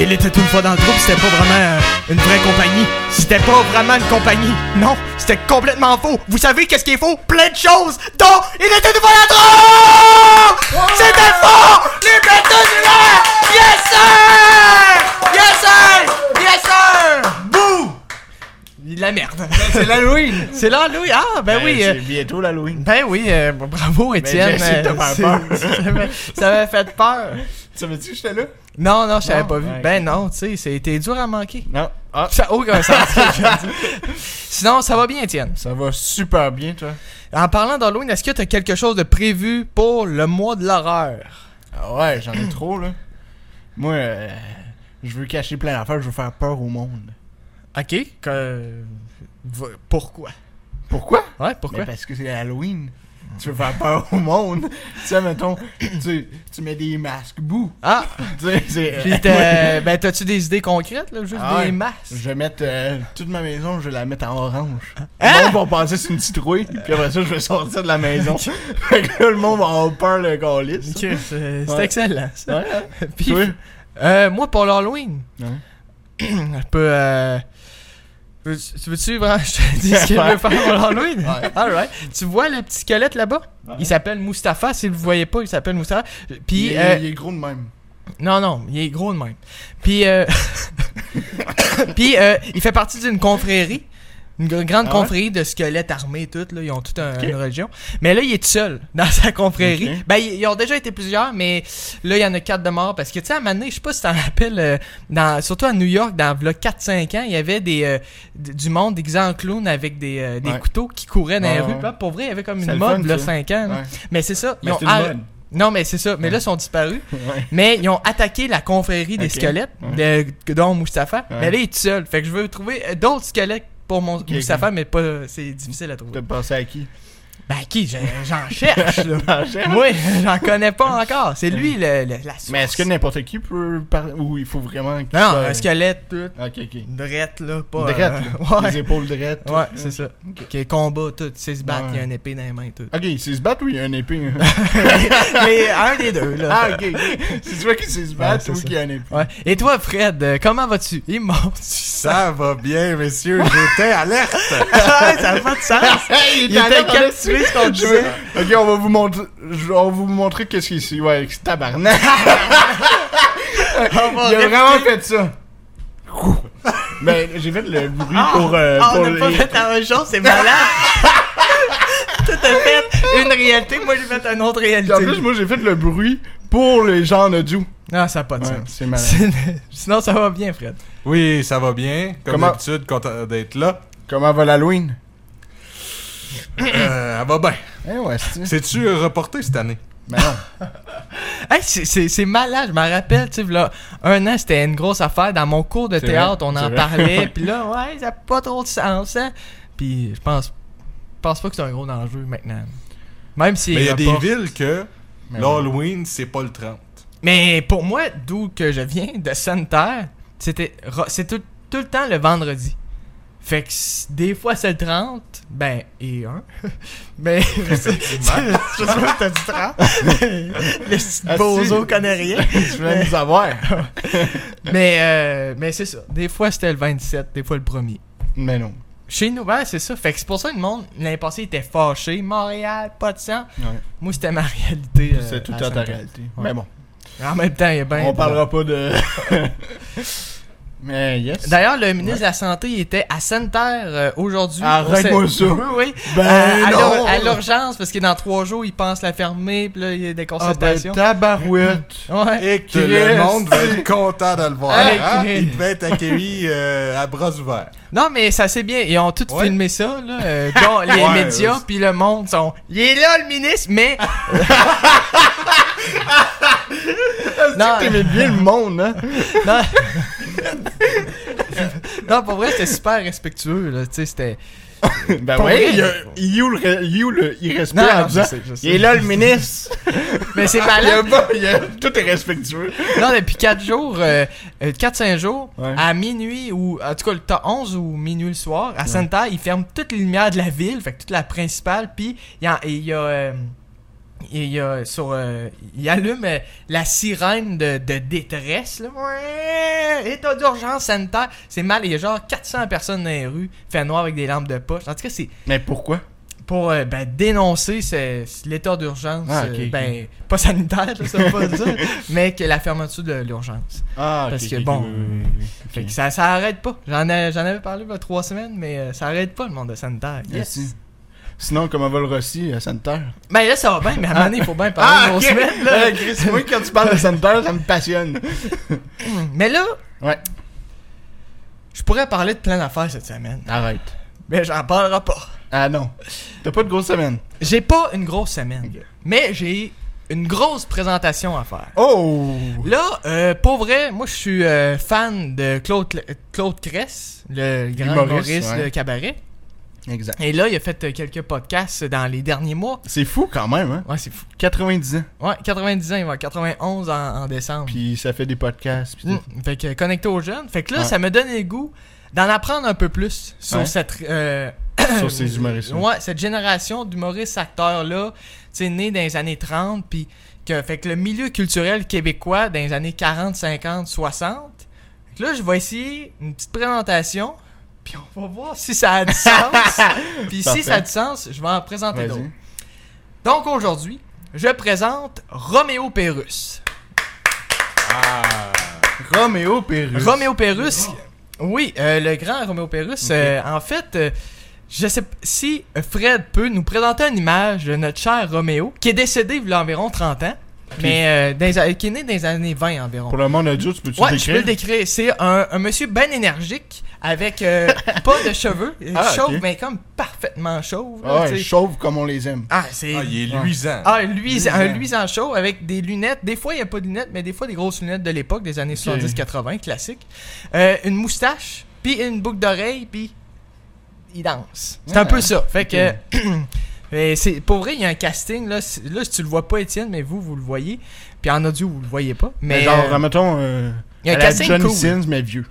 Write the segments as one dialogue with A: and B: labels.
A: il était une fois dans le groupe, c'était pas vraiment euh, une vraie compagnie. C'était pas vraiment une compagnie. Non, c'était complètement faux. Vous savez qu'est-ce qui est faux? Plein de choses, dont il était une fois dans le groupe! C'était faux! Les pétonnulaires! Yes, sir! Yes, sir! Yes, sir! Bouh! De La merde.
B: Ben, C'est l'Halloween!
A: C'est là, Louis. Ah, ben, oui. euh,
B: C'est Eh, bientôt l'Halloween.
A: ben oui, euh, bravo Étienne.
B: Ben, j'ai essayé de te faire
A: c'est-
B: peur.
A: ça m'a- ça m'a fait peur.
B: Ça veut dire que j'étais là?
A: Non, non, je t'avais
B: Non?
A: pas vu.
B: Ouais,
A: Ben non, tu sais, c'était dur à manquer.
B: Non. Ah,
A: Ça a aucun sens. Sinon, ça va bien, Étienne.
B: ça va super bien, toi.
A: En parlant d'Halloween, est-ce que tu as quelque chose de prévu pour le mois de l'horreur?
B: Ah ouais, j'en ai trop, là. Moi, euh, je veux cacher plein d'affaires, je veux faire peur au monde.
A: Ok. que- va- Pourquoi?
B: Pourquoi?
A: Ouais,
B: Ben,
A: pourquoi?
B: parce que c'est Halloween. Tu veux faire peur au monde. tu sais, mettons, tu, tu mets des masques boue.
A: Ah!
B: Tu sais, c'est. euh,
A: Puis t'as- ben, t'as-tu des idées concrètes, là? Juste
B: Ah
A: des
B: ouais.
A: masses?
B: Je vais mettre euh, toute ma maison, je vais la mettre en orange.
A: Hein?
B: Le monde va passer sur une citrouille, puis après ça, je vais sortir de la maison. fait que là, le monde va avoir peur, le calice.
A: Ok, c'est c'est
B: Ouais.
A: excellent. ça.
B: Ouais,
A: Puis,
B: toi?
A: euh, moi, pour l'Halloween,
B: Non.
A: je peux. Euh... veux- Veux-tu vraiment que je te dise ce qu'il veut faire pour l'Halloween?
B: Ouais.
A: Alright. Tu vois le petit squelette là-bas?
B: Ouais.
A: Il s'appelle Mustapha, si vous le voyez pas, il s'appelle Mustapha. Puis,
B: il, est-
A: euh,
B: il est gros de même.
A: Non, non, il est gros de même. Puis, euh, puis euh, il fait partie d'une confrérie, une gr- grande
B: Ah ouais?
A: confrérie de squelettes armés, toutes, là, ils ont toute un-
B: Ok.
A: une religion. Mais là, il est tout seul dans sa confrérie.
B: Ok.
A: Ben, ils ils ont déjà été plusieurs, mais là, il y en a quatre de morts. Parce que, tu sais, à un moment donné, je sais pas si t'en rappelles, euh, dans, surtout à New York, dans v'là 4-5 ans, il y avait des, euh, d- du monde déguisé en clown avec des, euh, des
B: Ouais.
A: couteaux qui couraient dans
B: Ouais,
A: les
B: ouais,
A: rues.
B: ouais.
A: Là, pour vrai, il y avait comme
B: C'est
A: une
B: le
A: mode
B: fun,
A: v'là
B: ça.
A: 5 ans. là.
B: Ouais.
A: Mais c'est ça.
B: Mais
A: ils ont
B: c'est une
A: ar-
B: bonne.
A: Non, mais c'est ça. Mais là, ils sont disparus.
B: Ouais.
A: Mais ils ont attaqué la confrérie des
B: Ok.
A: squelettes, de- dont Mustapha.
B: Ouais.
A: Mais là, il est tout seul. Fait que je veux trouver euh, d'autres squelettes pour mon Mustapha, mais pas, c'est difficile à trouver.
B: T'as pensé à qui?
A: Ben, qui J'en- J'en cherche, là.
B: T'en cherches?
A: Moi, j'en connais pas encore. C'est lui, le, le- la source.
B: Mais est-ce que n'importe qui peut parler ou il faut vraiment qu'il
A: Non,
B: soit-
A: un squelette, tout.
B: Ok, ok.
A: Drette, là. Pas,
B: Drette, là.
A: euh, ouais.
B: Les épaules drettes. tout.
A: Ouais, c'est ça. Qui combat, tout. Tu sais se battre,
B: Ouais.
A: il y a une épée dans les mains, tout.
B: Ok, c'est se battre ou il y a un épée? hein?
A: mais un des deux, là.
B: ah, ok. ok. C'est toi qui sais se
A: Ouais,
B: battre
A: c'est
B: ou
A: ça.
B: qui a un épée?
A: Ouais. Et toi, Fred, euh, comment vas-tu Il monte. Ça,
C: Ça va bien, messieurs. J'étais alerte.
A: ça a pas de sens.
B: Hey,
A: Il était
B: allé-
A: capturé ce qu'on
B: Je
A: disait.
B: veux- Ok, on va vous montrer, je- on va vous montrer qu'est-ce qu'il c'est. Ouais, c'est tabarnak.
A: On va
B: Il a
A: répéter.
B: vraiment fait ça. Mais j'ai fait le bruit pour, euh,
A: Ah,
B: pour
A: on n'a pas
B: les-
A: fait la même chose, c'est malade! Tout à fait une réalité, moi j'ai fait une autre réalité.
B: En plus, moi j'ai fait le bruit pour les gens de Dieu.
A: Ah, ça n'a pas de
B: Ouais,
A: sens.
B: c'est malade.
A: Sin- Sinon, ça va bien, Fred.
C: Oui, ça va bien. Comme
B: Comment-
C: d'habitude, content d'être là.
B: Comment va l'Halloween?
C: Euh, elle va bien.
B: Eh ouais, c'est
C: C'est-tu euh, reporté cette année?
B: Mais non.
A: Hey, c'est- c'est c'est malade, je m'en rappelle, tu sais, là, un an, c'était une grosse affaire. Dans mon cours de
B: C'est vrai,
A: théâtre, on
B: c'est
A: en
B: vrai.
A: parlait, puis là, ouais, ça n'a pas trop de sens, hein. Puis je pense, je pense pas que c'est un gros enjeu maintenant. Même si.
C: Mais il y a des
A: rapporte-
C: villes que
B: Mais
C: l'Halloween, c'est pas le 30.
A: Mais pour moi, d'où que je viens, de Sainte-Terre, c'était ro- c'est tout, tout le temps le vendredi. Fait que s- des fois c'est le 30, ben et un. Mais je sais je sais pas si t'as dit 30. le petit
B: Ah, si.
A: bozo connaît rien.
B: Tu voulais nous avoir.
A: Mais, euh, mais c'est ça. Des fois c'était le 27, des fois le premier.
B: Mais non.
A: Chez nous, ben c'est ça. Fait que c'est pour ça que le monde, l'année passée, était fâché. Montréal, pas de sang.
B: Ouais.
A: Moi, c'était ma réalité. euh,
B: C'est tout à
A: à
B: ta
A: Sainte-Terre.
B: réalité.
A: Ouais.
B: Mais bon,
A: En même temps, il y a bien.
B: on parlera pas de. ben. Mais yes.
A: D'ailleurs, le ministre de la Santé il était à Sainte-Terre euh, aujourd'hui.
B: Arrête-moi
A: Au-
B: ça.
A: Oui, oui. Euh,
B: Ben
A: à, à
B: non.
A: l'ur- à l'urgence, parce que dans trois jours, ils pensent la fermer, puis là, il y a des
B: Ah ben,
A: consultations.
B: tabarouette.
A: ouais.
C: Et que
B: Christ.
C: le monde va être content de le voir.
A: Hey,
C: hein?
A: Christ.
C: Il devait être accueilli euh, à bras ouverts.
A: Non, mais ça c'est bien. Ils ont tout
C: Ouais.
A: filmé ça, là. euh, dont les
C: Ouais,
A: médias,
C: ouais.
A: puis le monde sont. Il est là, le ministre, mais. non,
B: T'aimais Ah, bien le monde, hein?
A: non. non, pour vrai, c'était super respectueux, là. Tu sais, c'était.
B: Ben
A: Pas vrai.
B: ouais, il y a you le, re- you le il respecte
A: Non,
B: en
A: non, je
B: disant,
A: sais, je sais.
B: Il est là le ministre.
A: Mais c'est
B: Ah, Il y a
A: malade.
B: pas- il y a- tout est respectueux.
A: Non, depuis 4 jours, euh, 4-5 jours,
B: Ouais.
A: à minuit ou en tout cas le temps 11 ou minuit le soir, à Santa, ils ferment toutes les lumières de la ville, fait que toute la principale, puis il y a, il y a, euh, il, y a sur, euh, il allume euh, la sirène de, de détresse. Là. Ouais, état d'urgence sanitaire. C'est mal. Il y a genre 400 personnes dans les rues, fait noir avec des lampes de poche. En tout cas, c'est
B: Mais pourquoi?
A: pour euh, ben, dénoncer ce- ce- l'état d'urgence.
B: Ah, ok,
A: euh,
B: ok.
A: ben, pas sanitaire, là, ça veut pas dire, mais que la fermeture de l'urgence.
B: Ah, ok,
A: Parce que
B: ok,
A: bon,
B: oui, oui, oui, ok.
A: Fait que ça, ça arrête pas. J'en ai- j'en avais parlé il y a trois semaines, mais euh, ça arrête pas le monde de sanitaire. Yes.
B: Merci. Sinon, comment va le Rossi euh, à Sanitaire?
A: Ben là, ça va bien, mais à un moment donné, il faut bien parler de nos semaines. là.
B: Euh, Chris, moi, quand tu parles de Sanitaire, ça me passionne.
A: Hmm. Mais là,
B: Ouais.
A: je pourrais parler de plein d'affaires cette semaine,
B: Arrête.
A: mais j'en parlerai pas.
B: Ah non. T'as pas de grosse semaine.
A: J'ai pas une grosse semaine,
B: Ok.
A: mais j'ai une grosse présentation à faire.
B: Oh!
A: Là, euh, pour vrai, moi je suis euh, fan de Claude, Cl- Claude Cress, le grand
B: Humoriste,
A: humoriste,
B: ouais.
A: de cabaret.
B: Exact.
A: Et là, il a fait euh, quelques podcasts dans les derniers mois.
B: C'est fou quand même, hein?
A: Ouais, c'est fou.
B: 90 ans.
A: Ouais, 90 ans, il va avoir 91 en, en décembre.
B: Puis ça fait des podcasts. Puis tout.
A: Mm. Fait que euh, connecté aux jeunes. Fait que là,
B: Ouais.
A: ça me donne le goût d'en apprendre un peu plus sur
B: Ouais.
A: cette. euh,
B: Sur ces humoristes-là.
A: Ouais, cette génération d'humoristes acteurs-là, tu sais, nés dans les années 30, puis que, fait que le milieu culturel québécois dans les années 40, 50, 60. Fait que là, je vais essayer une petite présentation, puis on va voir si ça a du sens. puis si
B: Parfait.
A: ça a du sens, je vais en présenter d'autres.
B: Vas-y.
A: Donc aujourd'hui, je présente Roméo Pérus.
C: Ah.
B: Roméo Pérus.
A: Roméo
B: Ah.
A: Pérus. Oui, euh, le grand Roméo Pérus. euh, en fait, euh, je sais p- si Fred peut nous présenter une image de notre cher Roméo, qui est décédé il y a environ 30 ans, mais euh, dans les a- qui est né dans les années 20 environ.
B: Pour le monde audio, tu peux-tu
A: Ouais, je
B: décrire?
A: peux le décrire. C'est un, un monsieur ben énergique, avec euh, pas de cheveux, euh,
B: Ah,
A: chauve,
B: ok.
A: mais comme parfaitement chauve. là,
B: Ah
A: tu
B: ouais,
A: sais.
B: chauve comme on les aime.
A: Ah, c'est.
C: Ah, il est
B: Ouais.
C: luisant.
A: Ah, lui,
B: Luisant.
A: un luisant chaud avec des lunettes. Des fois, il n'y a pas de lunettes, mais des fois, des grosses lunettes de l'époque, des années 70-80, classique. Euh, une moustache, puis une boucle d'oreille, puis il danse. C'est
B: Ah,
A: un peu ça. Fait que. mais c'est, pour vrai, il y a un casting. Là, c'est- là, si tu le vois pas, Étienne, mais vous, vous le voyez. Puis en audio, vous le voyez pas. Mais,
B: Mais genre,
A: euh,
B: mettons, euh,
A: il y a
B: à
A: un
B: la
A: casting
B: John
A: cool.
B: Sins, mais vieux.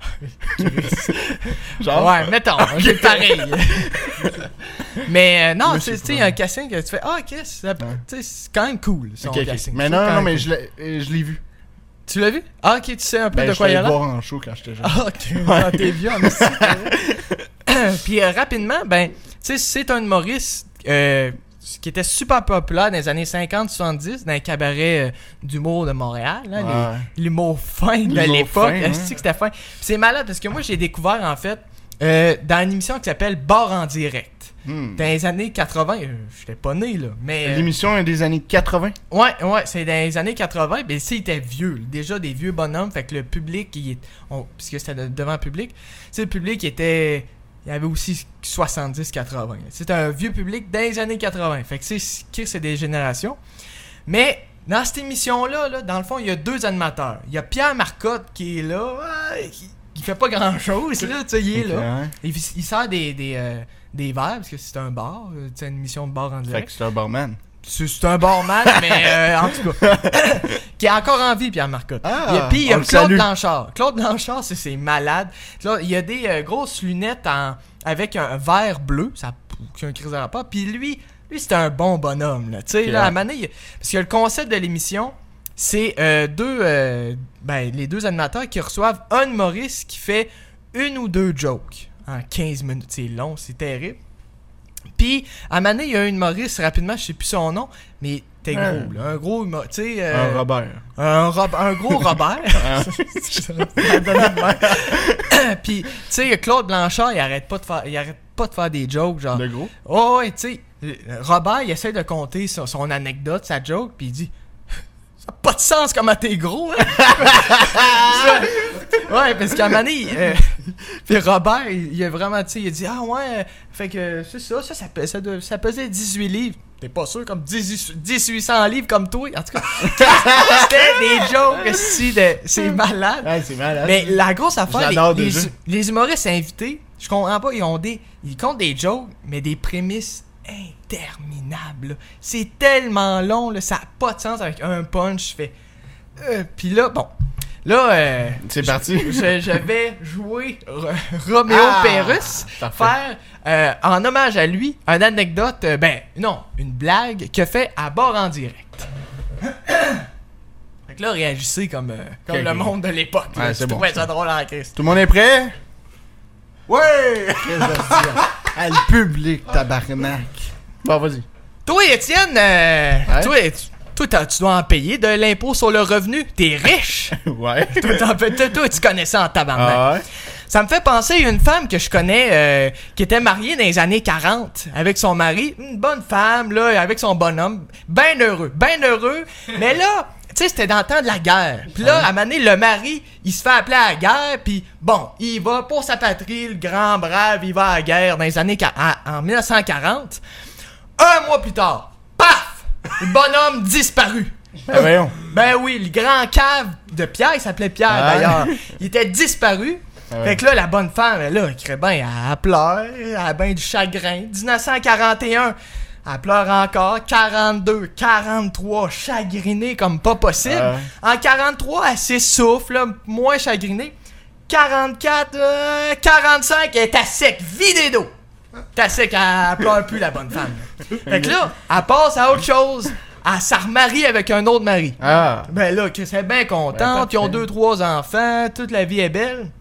B: genre,
A: Ouais, mettons, j'ai pareil. mais euh, non,
B: Monsieur
A: tu sais, il y a un casting que tu fais Ah, Chris, ça- tu sais, c'est quand même cool. Son
B: Ok, ok.
A: casting.
B: Mais
A: Je trouve
B: non,
A: quand
B: non,
A: même cool.
B: mais je l'ai- euh, je l'ai vu.
A: Tu l'as vu? Ah, ok, tu sais un peu
B: Ben,
A: de
B: je
A: quoi il
B: l'ai
A: y a
B: voir
A: là.
B: en show quand j'étais jeune.
A: Ah, ok, ah, t'es vieux en esti, euh. Puis euh, rapidement, ben, tu sais, c'est un humoriste euh, qui était super populaire dans les années 50-70 dans les cabarets euh, d'humour de Montréal. Là, les-
B: Ouais.
A: l'humour fin de
B: L'humour
A: l'époque.
B: fin, hein.
A: Esti que c'était fin. Puis c'est malade parce que moi, j'ai découvert en fait euh, dans une émission qui s'appelle Bar en direct.
B: Hmm.
A: Dans les années 80, euh, j'étais pas né là, mais. euh,
B: L'émission est des années 80.
A: Ouais, ouais, c'est dans les années 80, mais il était vieux, déjà des vieux bonhommes, fait que le public, il est, on- puisque c'était de- devant le public, tu sais, le public était, il y avait aussi 70-80. là. C'est un vieux public dans les années 80, fait que c'est ce qui- c'est des générations. Mais dans cette émission-là, là, dans le fond, il y a deux animateurs. Il y a Pierre Marcotte qui est là, ouais, qui, qui fait pas grand-chose, là, tu sais, il est
B: Ok,
A: là.
B: ouais.
A: Il, il sert des, des, euh, des verres, parce que c'est un bar, euh, tu sais, une émission de bar en direct.
B: Fait que c'est un barman.
A: C'est c'est un bon man, mais euh, en tout cas. qui est encore en vie, Pierre Marcotte.
B: Ah,
A: Il y a- puis il y a
B: on le
A: Claude
B: salue.
A: Blanchard. Claude Blanchard, c'est- c'est malade. Claude- il y a des euh, grosses lunettes en- avec un verre bleu, ça qui a un crise de rapport. Puis lui, lui c'est un bon bonhomme. Là. Tu sais,
B: Ok,
A: là, à
B: ouais.
A: un moment donné, il- parce que le concept de l'émission, c'est euh, deux, euh, ben, les deux animateurs qui reçoivent un humoriste qui fait une ou deux jokes en 15 minutes. C'est long, c'est terrible. Puis, à un moment donné, il y a un humoriste, rapidement, je sais plus son nom, mais il était gros,
B: Ouais.
A: là, un gros humoriste, tu sais,
B: Un
A: euh,
B: Robert.
A: un, Rob- un gros Robert. Ça a donné de même. Puis, tu sais, Claude Blanchard, il arrête pas de faire, il arrête pas de faire des jokes, genre.
B: Le gros.
A: Oh, ouais, tu sais, le- Robert, il essaie de compter son, son anecdote, sa joke, puis il dit Ça a pas de sens comment t'es gros, hein. Ça- ouais, parce qu'à un moment donné, il, euh, puis Robert, il, il a vraiment, tu sais, il a dit Ah ouais, euh, fait que c'est ça, ça, ça, pe- ça, doit- ça pesait 18 livres. T'es pas sûr, comme 18, 1800 livres comme toi. En tout cas, c'était des jokes, si, de- c'est malade.
B: Ah, c'est malade.
A: Mais la grosse affaire,
B: J'adore
A: les,
B: déjà.
A: les- les humoristes invités, je comprends pas, ils ont des. Ils comptent des jokes, mais des prémices interminables. là. C'est tellement long, là, ça n'a pas de sens avec un punch. Fait. euh, Puis là, bon. Là, euh,
B: C'est parti.
A: je, je vais jouer R- Roméo
B: Ah,
A: Pérus,
B: parfait.
A: faire euh, en hommage à lui une anecdote, euh, ben non, une blague que fait à bord en direct. fait que là, réagissez comme, euh, comme
B: Ok,
A: le
B: ok.
A: monde de l'époque. là,
B: Ouais,
A: qui
B: c'est bon,
A: trouvait
B: c'est
A: ça drôle en Christ.
B: Tout le monde est prêt?
A: Ouais!
B: Qu'est-ce que c'est? Ah, le public, tabarnak. Bon, vas-y.
A: Toi, Étienne, euh,
B: Ouais.
A: toi, tu- toi, t'as- tu dois en payer de l'impôt sur le revenu. T'es riche!
B: Ouais.
A: toi, t'en fais- toi, toi, tu connais ça en tabarnak.
B: Ah ouais?
A: Ça me fait penser à une femme que je connais euh, qui était mariée dans les années 40 avec son mari. Une bonne femme, là, avec son bonhomme. Ben heureux, ben heureux. Mais là, tu sais, c'était dans le temps de la guerre. Puis là, à un moment donné, le mari, il se fait appeler à la guerre. Puis bon, il va pour sa patrie, le grand brave, il va à la guerre dans les années quar- en en 1940. Un mois plus tard, paf! Le bonhomme disparu.
B: Ben voyons.
A: Ben oui, le grand cave de Pierre, il s'appelait Pierre
B: Ah.
A: d'ailleurs. Il était disparu.
B: Ah ouais.
A: Fait que là, la bonne femme, elle, là, elle, ben, elle pleure, elle a ben du chagrin. 1941, elle pleure encore. 42, 43, chagrinée comme pas possible.
B: Ah
A: En 43, elle s'essouffle, là, moins chagrinée. 44, euh, 45, elle est à sec, vidée d'eau. T'as sec, elle pleure plus, la bonne femme. Fait que là, elle passe à autre chose. Elle s'en remarie avec un autre mari.
B: Ah.
A: Ben là, Chris elle est bien contente.
B: parfait.
A: ils ont deux, trois enfants. Toute la vie est belle.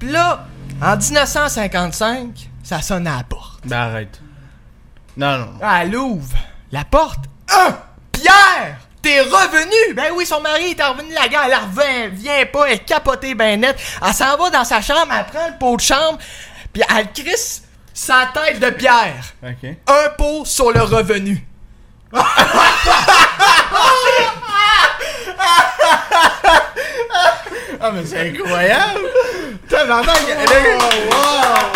A: Puis là, en 1955, ça sonne à la porte. Ah,
B: Ben arrête. Non, non.
A: Elle ouvre la porte. Un! Pierre! T'es revenu! Ben oui, son mari est revenu de la guerre. Elle revient, vient pas, elle est capotée ben net. Elle s'en va dans sa chambre, elle prend le pot de chambre, puis elle crisse sa tête de Pierre.
B: Ok.
A: Impôt sur le revenu.
B: Ah, mais c'est incroyable!
A: Tabarnak,
B: Oh,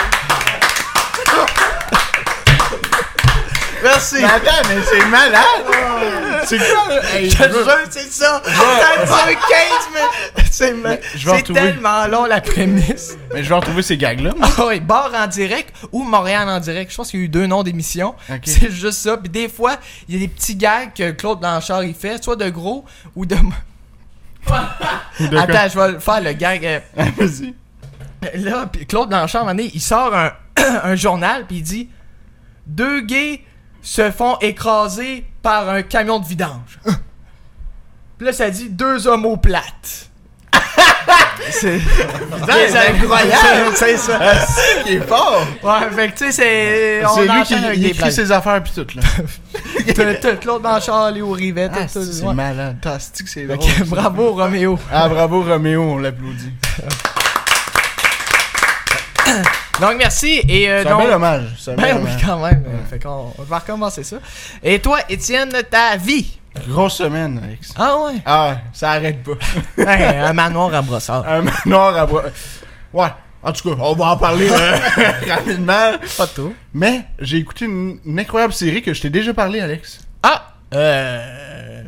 A: Merci.
B: Mais attends, mais c'est malade! C'est quoi? Hey,
A: Je
B: je
A: te
B: veux-
A: jure, c'est ça. Ça dure 15 minutes. C'est ma-
B: je vais
A: C'est
B: retrouver.
A: tellement long la prémisse.
B: Mais je vais retrouver ces gags-là. moi.
A: Ah oui, Bar en direct ou Montréal en direct. Je pense qu'il y a eu deux noms d'émissions.
B: Ok.
A: C'est juste ça. Puis des fois, il y a des petits gags que Claude Blanchard il fait, soit de gros ou de.
B: De quoi?
A: Attends, je vais faire le gag. euh,
B: Ah, Vas-y.
A: Là, puis Claude Blanchard, un moment donné, il sort un, un journal, puis il dit Deux gays se font écraser par un camion de vidange. puis là, ça dit Deux hommes aux plates. c'est c'est incroyable! c'est ça!
B: Ah, si, il est fort!
A: Ouais, fait que tu sais, c'est. on
B: C'est lui
A: enchaîne
B: qui
A: avec
B: il
A: des
B: écrit ses affaires pis tout, là.
A: blagues. Tout- tout, Claude Blanchard, Léo Rivet, tout
B: Ah,
A: tout,
B: c'est c'est
A: ouais.
B: malade. T'as c'est que c'est drôle.
A: Fait que Bravo, Roméo!
B: Ah, bravo, Roméo, on l'applaudit.
A: Donc, merci, et euh,
B: C'est un
A: donc.
B: bel hommage. c'est un bel
A: Ben oui,
B: hommage.
A: quand même. Euh, Fait qu'on on va recommencer ça. Et toi, Étienne, ta vie?
B: Grosse semaine, Alex.
A: Ah ouais?
B: Ah, ça arrête pas.
A: Hey, un manoir à brossard.
B: un manoir à bois. Ouais. En tout cas, on va en parler euh, rapidement.
A: Pas tout.
B: Mais j'ai écouté une, une incroyable série que je t'ai déjà parlé, Alex.
A: Ah! Euh.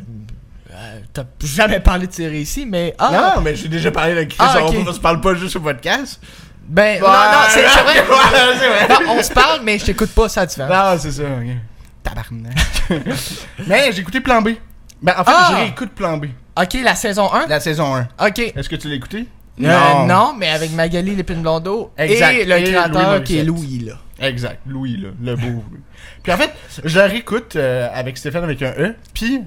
A: euh, T'as jamais parlé de série ici, mais. Ah!
B: Non, mais j'ai déjà parlé de Chris.
A: Ah, ok.
B: on, on se parle pas juste au podcast.
A: Ben. non, non,
B: Bah,
A: c'est c'est vrai.
B: Ouais, c'est vrai.
A: Non, on se parle, mais je t'écoute pas, ça, tu fais.
B: Non, c'est ça. ok. Tabarnak. mais j'ai écouté Plan B. Ben, en fait,
A: Ah!
B: je réécoute Plan B.
A: Ok, la saison 1?
B: La saison 1.
A: Ok. Euh,
B: Est-ce que tu l'as écouté?
A: Non. mais avec Magali Lépine Blondeau et
B: Exact.
A: le
B: Et
A: créateur
B: Louis
A: qui est
B: Morissette.
A: Louis, là.
B: Exact, Louis, là, le beau. puis en fait, je la réécoute euh, avec Stéphane avec un E, puis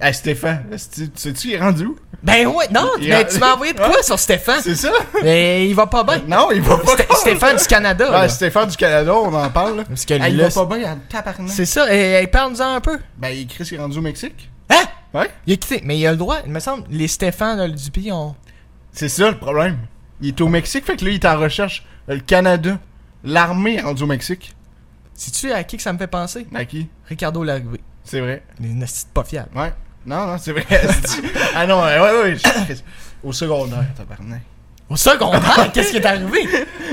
B: à Stéphane, esti, tu sais-tu, il est rendu où?
A: Ben ouais, non,
B: Il y a-
A: mais tu m'as envoyé de quoi sur Stéphane?
B: C'est ça?
A: Mais il va pas bien.
B: Non, il va pas
A: Sté-
B: bien.
A: Stéphane du Canada.
B: Ouais,
A: là.
B: Stéphane du Canada, on en parle, là.
A: Parce que
B: Ah, il
A: là,
B: va pas bien, il tabarnak.
A: C'est ça, et, et parle-nous un peu.
B: Ben, il Chris, il est rendu au Mexique.
A: Hein?
B: Ouais.
A: Il a quitté, mais il a le droit, il me semble, les Stéphane là, du pays ont.
B: C'est ça, le problème. Il est au Mexique, fait que là, il est en recherche. Euh, Le Canada, l'armée est rendue au Mexique.
A: Sais-tu à qui que ça me fait penser?
B: À qui?
A: Ricardo Larrivé.
B: C'est vrai.
A: Il est une hostie de pas fiable.
B: Ouais. Non, non, c'est vrai. esti. ah non, ouais, ouais, ouais. je- Au secondaire, tabarnak.
A: Au secondaire, qu'est-ce qui est arrivé?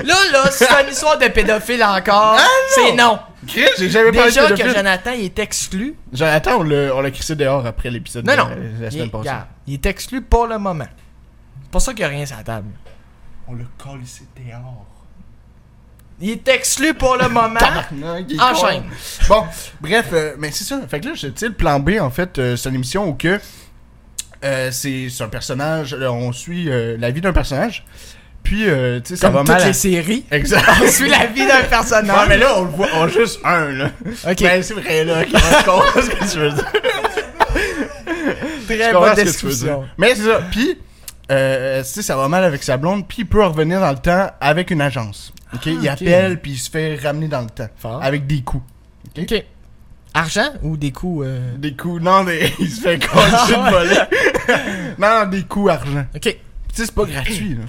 A: Là, là, si c'est une histoire de pédophile
B: Ah
A: encore, c'est non.
B: Chris, j'ai jamais parlé de
A: Déjà que
B: pédophile.
A: Jonathan, il est exclu.
B: Jonathan, on l'a, on l'a crissé dehors après l'épisode
A: Non,
B: de-
A: non.
B: Euh,
A: Il
B: la
A: est,
B: semaine passée.
A: regarde, il est exclu pour le moment. C'est pour ça qu'il n'y a rien sur la table.
B: On l'a collissé dehors.
A: Il est exclu pour le moment.
B: Tabarnak, il est
A: Enchaîne.
B: con. Bon, bref, euh, mais c'est ça. Fait que là, je- tu sais, le plan B, en fait, euh, c'est une émission où que euh, c'est c'est un personnage, là, on suit euh, la vie d'un personnage. Puis, euh, tu sais, ça
A: Comme
B: va
A: toutes
B: mal. à-
A: les séries.
B: Exact.
A: On suit la vie d'un personnage.
B: Ouais, mais là, on le voit, on a juste un, là.
A: Ok.
B: Ben, c'est vrai, là, qui reste con, c'est ce que tu veux dire.
A: Très
B: Je comprends
A: Eh, bonne
B: ce que tu veux
A: description.
B: dire. Mais c'est ça. Puis, euh, tu sais, ça va mal avec sa blonde. Puis, il peut revenir dans le temps avec une agence. OK? il
A: Ah, ok.
B: appelle, puis il se fait ramener dans le temps.
A: Fort.
B: Avec des coups. OK?
A: Ok. Argent ou des coups. euh,
B: Des coups. Non, mais il se fait con
A: Ah ouais.
B: de voler. non, non, des coups argent.
A: Ok.
B: Puis, tu sais, c'est pas gratuit, là.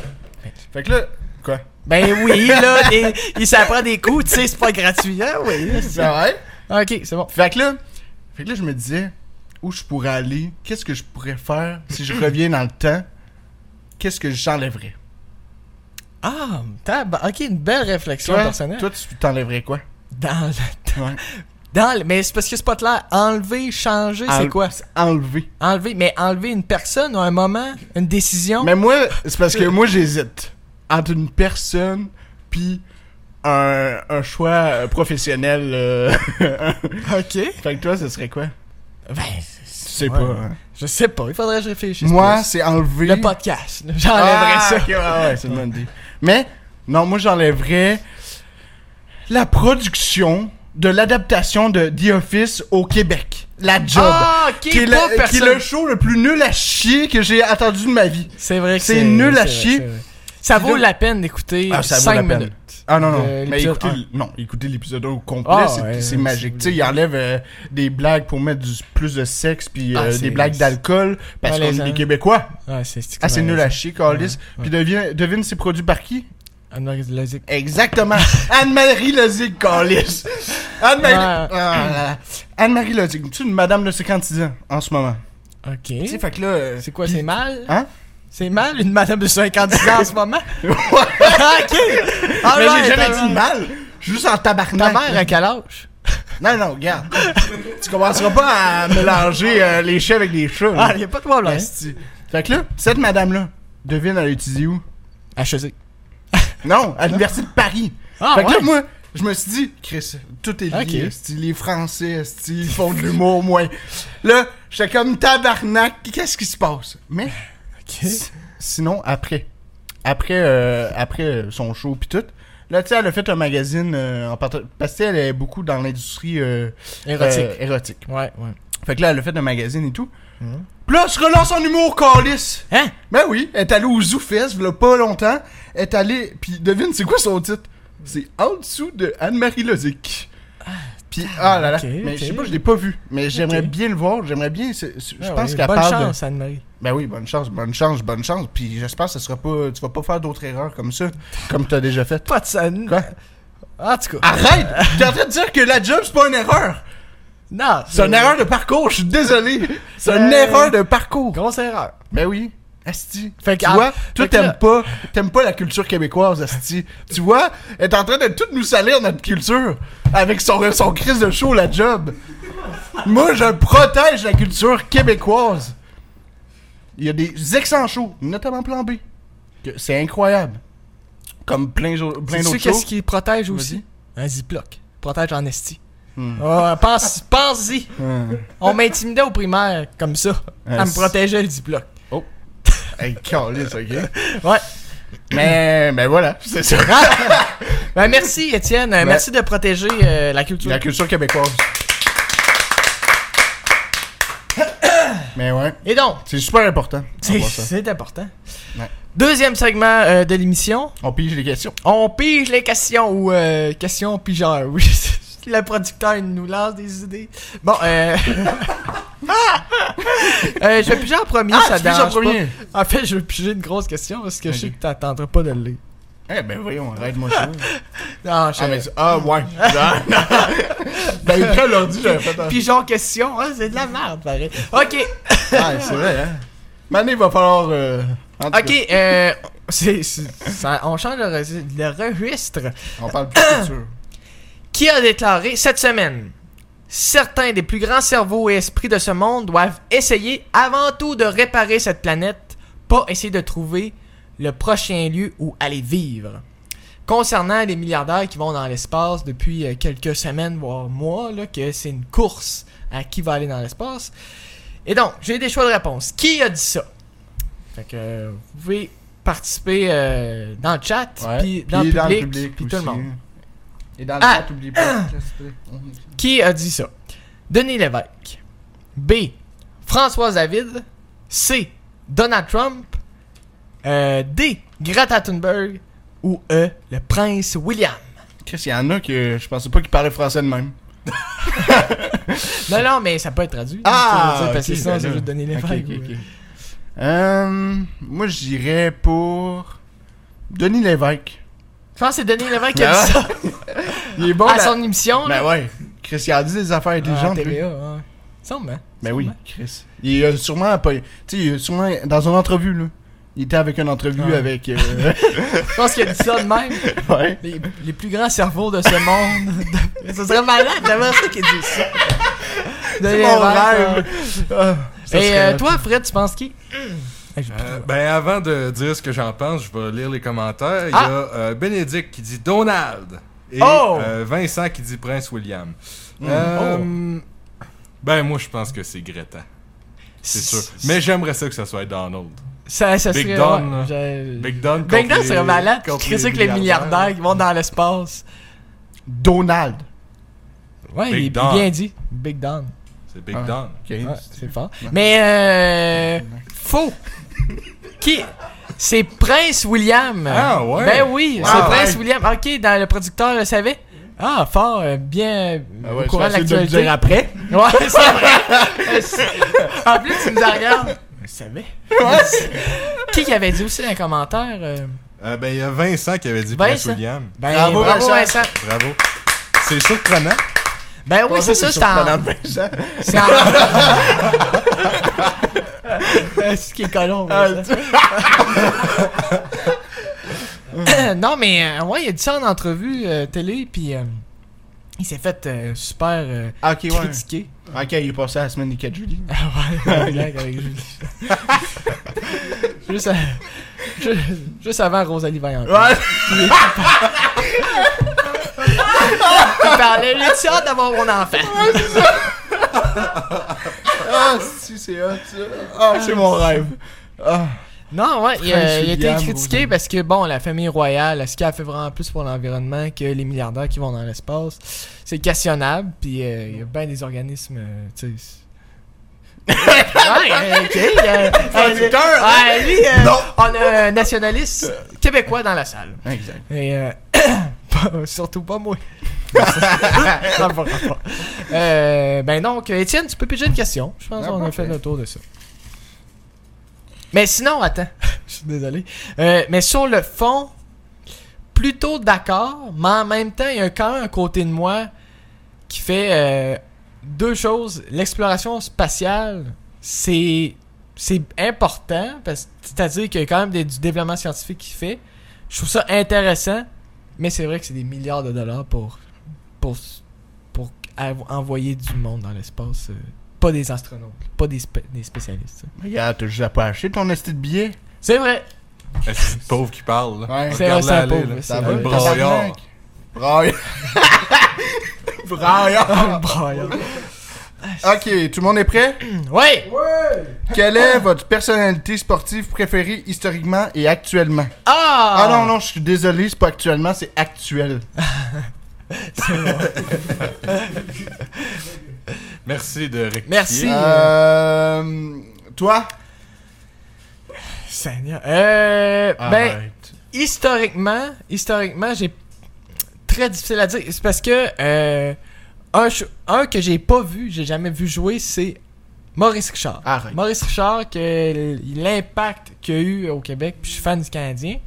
B: Fait que là, quoi?
A: Ben oui, là, des- il s'apprend des coups, tu sais, c'est pas gratuit. Hein, oui.
B: Ça va être?
A: Ok, c'est bon.
B: Fait que là, fait que là, je me disais où je pourrais aller, qu'est-ce que je pourrais faire si je reviens dans le temps, qu'est-ce que j'enlèverais.
A: Ah, tab- ok, une belle réflexion
B: Toi,
A: personnelle.
B: toi, tu t'enlèverais quoi
A: Dans le temps.
B: Ouais.
A: Dans le- Mais c'est parce que c'est pas clair. Enlever, changer, c'est
B: Enle-
A: quoi
B: Enlever.
A: Enlever, mais enlever une personne ou un moment, une décision.
B: Mais moi, c'est parce que moi, j'hésite entre une personne puis un, un choix euh, professionnel. euh,
A: Ok.
B: fait que toi, ce serait quoi
A: Ben,
B: Tu sais
A: Ouais.
B: pas. hein.
A: je sais pas, il faudrait que je réfléchisse.
B: Moi,
A: plus.
B: c'est enlever.
A: le podcast. là, J'enlèverais
B: Ah,
A: ça.
B: ok, ouais, ouais, c'est une bonne idée. Mais, non, moi j'enlèverais la production de l'adaptation de The Office au Québec. La job.
A: Ah, ok,
B: qui, est
A: pas
B: le, qui est
A: personne.
B: le show le plus nul à chier que j'ai attendu de ma vie.
A: C'est vrai que
B: C'est nul
A: c'est
B: à
A: vrai,
B: chier.
A: c'est vrai. Ça vaut
B: là-
A: la peine d'écouter
B: Ah, ça vaut
A: 5
B: la peine.
A: minutes.
B: Ah non,
A: de
B: non. Mais
A: l'épisode
B: écoutez,
A: un.
B: l- non, écoutez l'épisode au complet,
A: Ah,
B: c'est,
A: ouais,
B: c'est
A: ouais,
B: magique.
A: c'est-
B: Tu sais, il enlève euh, des blagues pour mettre du, plus de sexe, puis
A: Ah,
B: euh,
A: c'est-
B: des blagues d'alcool, parce qu'on
A: Malaisant.
B: est des Québécois.
A: Ah, c'est c'est
B: Ah, c'est nul à chier, Carlis.
A: Ouais,
B: Puis devine, devine, c'est produit par qui?
A: Anne-Marie Lozic.
B: Exactement. Anne-Marie Lozic, Carlis. Anne-Marie.
A: Ouais.
B: Ah, là, là. Anne-Marie Lozic. Tu es une madame de 56 ans en ce moment.
A: Ok.
B: Tu sais, fait que là. euh,
A: C'est quoi,
B: puis-
A: c'est mal?
B: Hein?
A: C'est mal une madame de 50 ans en ce moment?
B: Ouais.
A: Ah, ok! All
B: Mais
A: right,
B: j'ai jamais
A: all
B: dit
A: right.
B: de mal. Je suis Juste en
A: Ta
B: tabarnak.
A: mère à quel âge?
B: Non, non, regarde. tu commenceras pas à mélanger euh, les chats avec les chats. là.
A: Ah, y'a pas de problème.
B: Asti. Fait que là, cette madame-là, devine, elle a étudié où?
A: HEC.
B: Non, à l'Université de Paris.
A: Ah,
B: fait que là,
A: ouais?
B: moi, je me suis dit, Chris, tout est lié.
A: Ok.
B: asti. les Français, asti, ils font de l'humour, moins. Là, j'étais comme tabarnak. Qu'est-ce qui se passe? Mais
A: Ok.
B: sinon, après. Après, euh, après euh, son show pis tout. Là, tu sais, elle a fait un magazine euh, en partenariat. Parce qu'elle est beaucoup dans l'industrie euh,
A: Érotique.
B: euh, érotique.
A: Ouais, ouais.
B: Fait que là, elle a fait un magazine et tout.
A: Mhm.
B: Puis là, elle se relance en humour, Carlis.
A: Hein?
B: Ben oui, elle est allée au ZooFest, v'là pas longtemps. Elle est allée. Puis devine, c'est quoi son titre C'est En dessous de Anne-Marie Lozic. Puis, ah là là.
A: ok,
B: mais je sais
A: ok.
B: pas, je l'ai pas vu. Mais j'aimerais
A: Ok.
B: bien le voir. J'aimerais bien. c'est- c'est- Je
A: Ah,
B: pense
A: ouais,
B: qu'elle
A: Bonne
B: parle. de-
A: chance, Anne-Marie.
B: Ben oui, bonne chance, bonne chance, bonne chance. Puis j'espère que ça sera pas. Tu vas pas faire d'autres erreurs comme ça, comme t'as déjà fait.
A: Pas de Ah, ça.
B: Quoi
A: En tout cas.
B: Arrête T'es en train de dire que la job, c'est pas une erreur
A: Non.
B: C'est une erreur de parcours, je suis désolé C'est une
A: Euh,
B: erreur de parcours
A: Grosse erreur.
B: Ben oui. Asti.
A: Fait
B: tu
A: que-
B: vois,
A: ah,
B: toi,
A: fait que là-
B: t'aimes pas, t'aimes pas la culture québécoise, Asti. tu vois, elle est en train de tout nous salir notre culture avec son, son crise de show, la job. Moi, je protège la culture québécoise. Il y a des excellents shows, notamment Plan B. que C'est incroyable. Comme plein, jo- plein
A: Tu sais
B: d'autres
A: qu'est-ce
B: choses.
A: qui protège aussi? Un ziploc. Protège en esti.
B: Hmm.
A: Ah, pense, pense-y.
B: Hum.
A: On m'intimidait au primaire comme ça.
B: Ah,
A: Elle me
B: c'est-
A: protégeait le ziploc.
B: Oh. Hey, calisse, ok?
A: Ouais.
B: Mais, ben voilà, c'est ça.
A: Ben, merci, Étienne. Euh, Merci de protéger euh, la culture.
B: La culture québécoise. Mais ouais.
A: Et donc,
B: C'est super important.
A: c'est-
B: On voit ça.
A: c'est important.
B: Ouais.
A: Deuxième segment euh, de l'émission.
B: On pige les questions.
A: On pige les questions ou euh, questions pigeurs. Oui, le producteur il nous lance des idées. Bon, euh... Ah! euh, je vais piger en premier,
B: Ah,
A: ça
B: tu piges en
A: dérange pas.
B: premier.
A: En fait, je vais piger une grosse question parce que je sais
B: Ok.
A: que t'attendras pas de le lire.
B: Eh ben voyons, arrête-moi ça.
A: Non, je...
B: Ah, mais c'est- ah ouais. Ah, non. ben après l'ordi, j'avais fait un...
A: Pigeon question, hein, c'est de la merde, pareil. Ok,
B: Ah, c'est vrai, hein. Mané, il va falloir... euh, en tout
A: ok, euh, c'est- c'est- ça- on change le, re- le registre.
B: cas, on parle plus de culture.
A: qui a déclaré cette semaine Certains des plus grands cerveaux et esprits de ce monde doivent essayer avant tout de réparer cette planète, pas essayer de trouver le prochain lieu où aller vivre. Concernant les milliardaires qui vont dans l'espace depuis euh, quelques semaines, voire mois, là, que c'est une course à qui va aller dans l'espace, Et donc, j'ai des choix de réponse. Qui a dit ça? Fait que euh, vous pouvez participer euh, dans le chat,
B: Ouais.
A: puis dans, le public, puis tout le
B: aussi.
A: monde.
B: Et dans le
A: Ah.
B: chat, oublie pas. s'il te plaît.
A: Qui a dit ça? Denis Lévesque. B. François David. C. Donald Trump. Euh, D. Greta Thunberg. Ou E. Le prince William.
B: Chris, il y en a que je pensais pas qu'ils parlaient français de même.
A: Non, non, mais ça peut être traduit.
B: Ah,
A: tu veux dire, parce que
B: ok,
A: sinon,
B: ben
A: c'est
B: là.
A: juste Denis
B: Ok,
A: Lévesque.
B: ok,
A: ou-
B: ok. Euh, moi, j'irais pour. Denis Lévesque.
A: Je pense que c'est Denis Lévesque qui a dit
B: Ah,
A: ça
B: Il est bon.
A: à
B: là-
A: Ah, son émission. là.
B: Ben ouais. Chris, il a dit des affaires
A: Ah,
B: intelligentes. lui.
A: TVA, ouais. Semble, hein?
B: Ben oui, Chris. Il a sûrement pas. Tu sais, il a sûrement. Dans une entrevue, là. Il était avec une entrevue
A: Ouais.
B: avec. euh,
A: Je pense qu'il a dit ça de même.
B: ouais.
A: Les, les plus grands cerveaux de ce monde. Ce serait malade d'avoir ça qui dit ça.
B: C'est
A: Denis
B: mon
A: Lévesque, euh,
B: rêve. Ah, ça
A: Et
B: serait-
A: euh, toi, Fred, tu penses qui Ah,
C: Euh, ben avant de dire ce que j'en pense, je vais lire les commentaires. Il y
A: Ah.
C: a euh, Bénédicte qui dit Donald et
A: Oh.
C: euh, Vincent qui dit Prince William. Euh, Ben moi je pense que c'est Greta, c'est sûr. Mais j'aimerais ça que ça soit Donald.
A: ça, ça
C: Big
A: serait.
C: Don,
A: ouais,
C: là.
A: je-
C: Big Don.
A: Big
C: contre
A: Don
C: les-
A: serait malade. Tu
C: contre
A: critiques les milliardaires qui vont dans l'espace.
B: Donald.
A: Ouais,
C: Big
A: il est
C: Don.
A: bien dit. Big Don.
C: C'est Big
B: Ah.
C: Don.
B: Ok.
A: Ouais, c'est fort. Mais euh, faux. Qui C'est Prince William.
C: Ah, ouais.
A: Ben oui,
C: Wow.
A: c'est
C: Ah,
A: Prince
B: ouais.
A: William. OK, dans le producteur le savait. Ah, fort, euh, bien euh,
B: Ah ouais,
A: au courant de
B: je vais essayer de
A: l'actualité.
B: le dire
A: après. Ouais, c'est vrai. en plus, tu nous en regardes. Je savais. qui qui avait dit aussi dans les commentaires euh,
C: Euh, ben il y a Vincent qui avait dit Prince
A: Vincent.
C: William.
A: Ben,
B: Bravo,
A: bravo,
B: Vincent.
A: Vincent.
C: Bravo. C'est surprenant.
A: Ben oui, c'est ça, c'est en... C'est en... ce qui est colon,
B: Ah,
A: Vincent. non, mais euh, ouais, il a dit ça en entrevue euh, télé, puis euh, il s'est fait euh, super euh,
B: Ah, ok, ouais.
A: critiquer.
B: Ok, il est passé à la semaine des 4 juillet.
A: Ah ouais, blague avec Julie. juste, à- ju- juste avant Rosalie Vaillant.
B: Ouais.
A: Il parlait, j'ai dit hâte d'avoir mon enfant.
B: Ah, si, c'est hot, ça. Ah, c'est mon rêve. Ah.
A: Non, ouais, il,
B: Prince
A: a- il a été
B: William, Rosalie.
A: critiqué parce que, bon, la famille royale, est-ce qu'elle fait vraiment plus pour l'environnement que les milliardaires qui vont dans l'espace? C'est questionnable, puis euh, il y a bien des organismes, euh, tu sais... ouais, euh, ok. euh,
B: Producteur,
A: ouais, lui, euh,
B: Non.
A: on a un nationaliste québécois dans la salle.
B: Exact.
A: Et euh, pas- surtout pas moi. Ça me fera pas. Euh, ben donc, Étienne, tu peux piger une question. Je pense
B: Ah,
A: qu'on a
B: parfait.
A: fait le tour de ça. Mais sinon, attends, je suis désolé. Euh, mais sur le fond, plutôt d'accord, mais en même temps, il y a quand même un côté de moi qui fait euh, deux choses. L'exploration spatiale, c'est c'est important parce c'est-à-dire qu'il y a quand même des- du développement scientifique qui fait. Je trouve ça intéressant, mais c'est vrai que c'est des milliards de dollars pour pour pour av- envoyer du monde dans l'espace, euh, pas des astronautes, pas des, spé- des spécialistes. ça.
B: Regarde, t'as juste à pas acheter ton esti de billet.
A: C'est vrai.
C: Eh, C'est le pauvre qui parle. là.
B: Ouais.
A: C'est vrai,
C: Regarde-la
A: c'est un
C: aller,
A: pauvre,
C: là.
A: c'est
C: Ça
A: vrai.
C: va le broyard.
B: Tabarnak. Braille. Braille.
A: Brian.
B: Ok, tout le monde est prêt?
A: Ouais.
B: Quelle est votre personnalité sportive préférée historiquement et actuellement?
A: Ah.
B: Ah non, non, je suis désolé, c'est pas actuellement, c'est actuel.
C: Merci de rectifier.
A: Merci.
B: Euh. Toi?
A: Seigneur. Euh,
C: Ah,
A: ben.
B: Arrête.
A: historiquement, historiquement, j'ai très difficile à dire. C'est parce que euh, un, ch- un que j'ai pas vu, j'ai jamais vu jouer, c'est Maurice Richard.
B: Arrête.
A: Maurice Richard, que l- l'impact qu'il a eu au Québec, puis je suis fan du Canadien.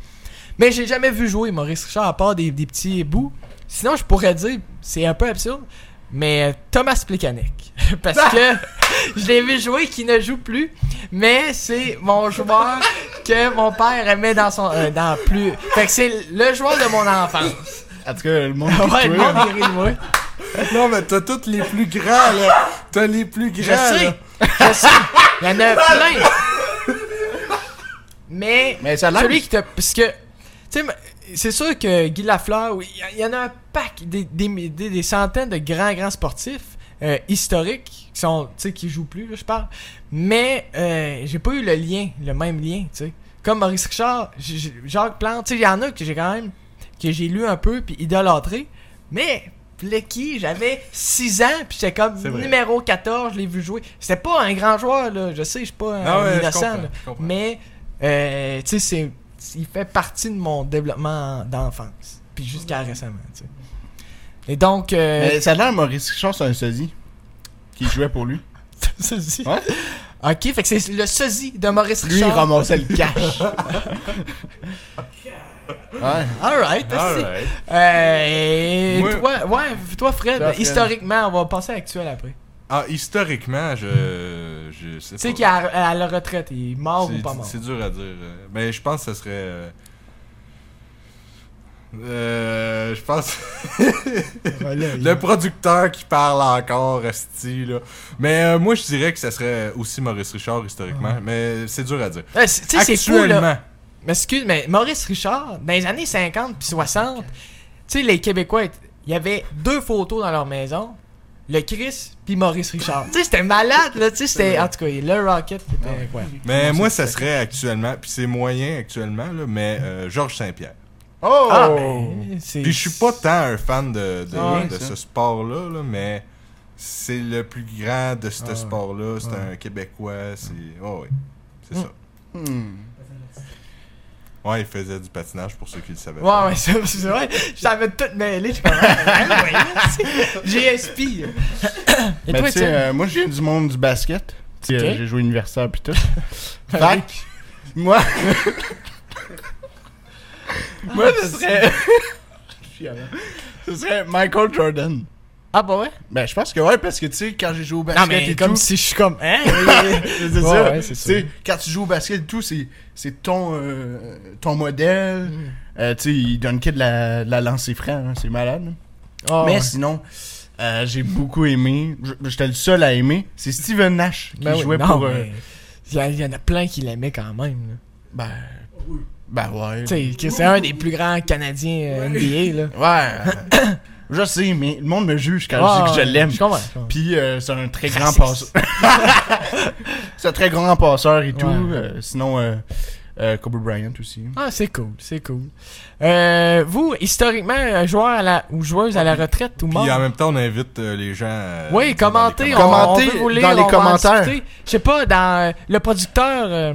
A: Mais j'ai jamais vu jouer Maurice Richard à part des, des petits bouts. Sinon, je pourrais dire, c'est un peu absurde, mais euh, Thomas Plekanec. Parce que je l'ai vu jouer qui ne joue plus, mais c'est mon joueur que mon père aimait dans son. euh, dans plus. Fait que c'est le joueur de mon enfance.
B: En tout cas, le monde.
A: ouais, le monde il rit de moi.
C: Non, mais t'as tous les plus grands, là. T'as les plus grands,
A: Je sais,
C: là.
A: je sais. Il y en a plein. Mais,
B: Mais ça a l'air-
A: celui qui t'a. Parce que. Tu sais, mais c'est sûr que Guy Lafleur, oui, il y- il y en a un pack, des, des, des- des centaines de grands, grands sportifs. euh, historiques qui sont, tu sais, qui jouent plus, là, je parle. Mais euh, j'ai pas eu le lien, le même lien, tu sais. Comme Maurice Richard, j- j- Jacques Plante, tu sais, il y en a que j'ai quand même, que j'ai lu un peu puis idolâtré. Mais Plecky, j'avais 6 ans puis j'étais comme
C: C'est vrai.
A: numéro 14, je l'ai vu jouer. C'était pas un grand joueur, là. Je sais, je suis pas un
C: Non, Ah ouais, je
A: Euh, innocent,
C: comprends,
A: là.
C: je comprends.
A: Mais, euh, tu sais, c'est- il fait partie de mon développement d'enfance. Puis jusqu'à récemment, tu sais. Et donc, euh,
B: Mais ça a l'air, Maurice Richard, c'est un sosie qui jouait pour lui.
A: sosie.
B: Ouais.
A: Ok, fait que c'est le sosie de Maurice
B: Lui, il
A: Richard.
B: ramassait le cash. ouais.
A: Alright, merci.
C: Alright.
A: Euh, et
C: Moi-
A: toi, ouais, toi, Fred,
B: Toi, Fred.
A: historiquement, on va passer à l'actuel après.
C: Ah, historiquement, je. je sais
A: Tu sais
C: pas.
A: qu'il est à, à la retraite, il est mort ou
C: C'est-
A: pas mort.
C: C'est dur à dire. euh, Mais je pense que ce serait. euh, euh, je pense. le
A: hein.
C: producteur qui parle encore, Asti, là. Mais euh, moi, je dirais que ça serait aussi Maurice Richard historiquement. Mais c'est dur à dire.
A: Euh, c'est- tu sais, c'est fou,
C: Actuellement,
A: là. Mais excuse, mais Maurice Richard, dans les années 50 puis 60, tu sais, les Québécois, il y avait deux photos dans leur maison. Le Chris puis Maurice Richard. tu sais, c'était malade, là. Tu sais, c'était. En tout cas, le Rocket, c'était incroyable.
C: mais moi, ça serait actuellement. Puis c'est moyen actuellement, là. Mais euh, Georges Saint-Pierre.
B: Oh!
A: Ah, ben, c'est.
C: Puis je suis pas tant un fan de, de,
B: Ah ouais,
C: de
B: ça.
C: ce sport-là, là, mais c'est le plus grand de
A: Ah,
C: ce sport-là. C'est un Québécois. C'est. ouais, ouais. C'est
A: Mm.
C: ça.
B: Hmm.
C: Ouais, il faisait du patinage pour ceux qui le savaient.
A: Ouais, ouais, c'est c'est vrai. J'avais tout mêlé. J'ai comme. Ah, ouais, tu sais, GSP. là. Et
B: Mais
A: toi,
B: tu sais,
A: Étienne?
B: euh, moi, je viens du monde du basket. Tu sais, euh,
A: Ok.
B: j'ai joué universitaire pis tout. fait que- moi... moi, ce serait... ce serait Michael Jordan.
A: Ah, bah ouais.
B: Ben, je pense que ouais, parce que tu sais, quand j'ai joué au basket
A: Non, mais
B: et
A: comme
B: tout...
A: si je suis comme. Hein?
B: c'est
A: Ouais,
B: ça.
A: ouais, c'est
B: Tu
A: ça.
B: sais, quand tu joues au basket et tout, c'est, c'est ton, euh, ton modèle.
A: Mm.
B: Euh, tu sais, il donne que de la, de la lancer franc, hein, c'est malade. là.
A: Oh,
B: Mais
A: ouais.
B: sinon, euh, j'ai beaucoup aimé, je- j'étais le seul à aimer, c'est Steven Nash qui
A: Ben oui,
B: jouait
A: non,
B: pour... euh,
A: mais Il y a- il y en a plein qui l'aimaient quand même, là.
B: Ben. Ben ouais.
A: Tu sais, que c'est un des plus grands Canadiens euh, NBA, là.
B: Ouais. euh, je sais, mais le monde me juge quand
A: Ah,
B: je dis que je l'aime.
A: Je comprends. Ah, je comprends.
B: Puis euh, c'est un très grand
A: Raciste.
B: passeur. c'est un très grand passeur et tout.
A: Ouais.
B: euh, sinon, euh, euh, Kobe Bryant aussi.
A: Ah, c'est cool, c'est cool. Euh, vous, historiquement, un joueur à la, ou joueuse à la retraite ou mort?
C: Puis en même temps, on invite euh, les gens. euh,
A: Oui,
C: dans les
A: commentez, on,
C: commentaires.
A: on
B: Commentez
A: peut vous lire,
B: dans les
A: on va en
B: commentaires.
A: discuter. Je sais pas, dans euh, le producteur... euh,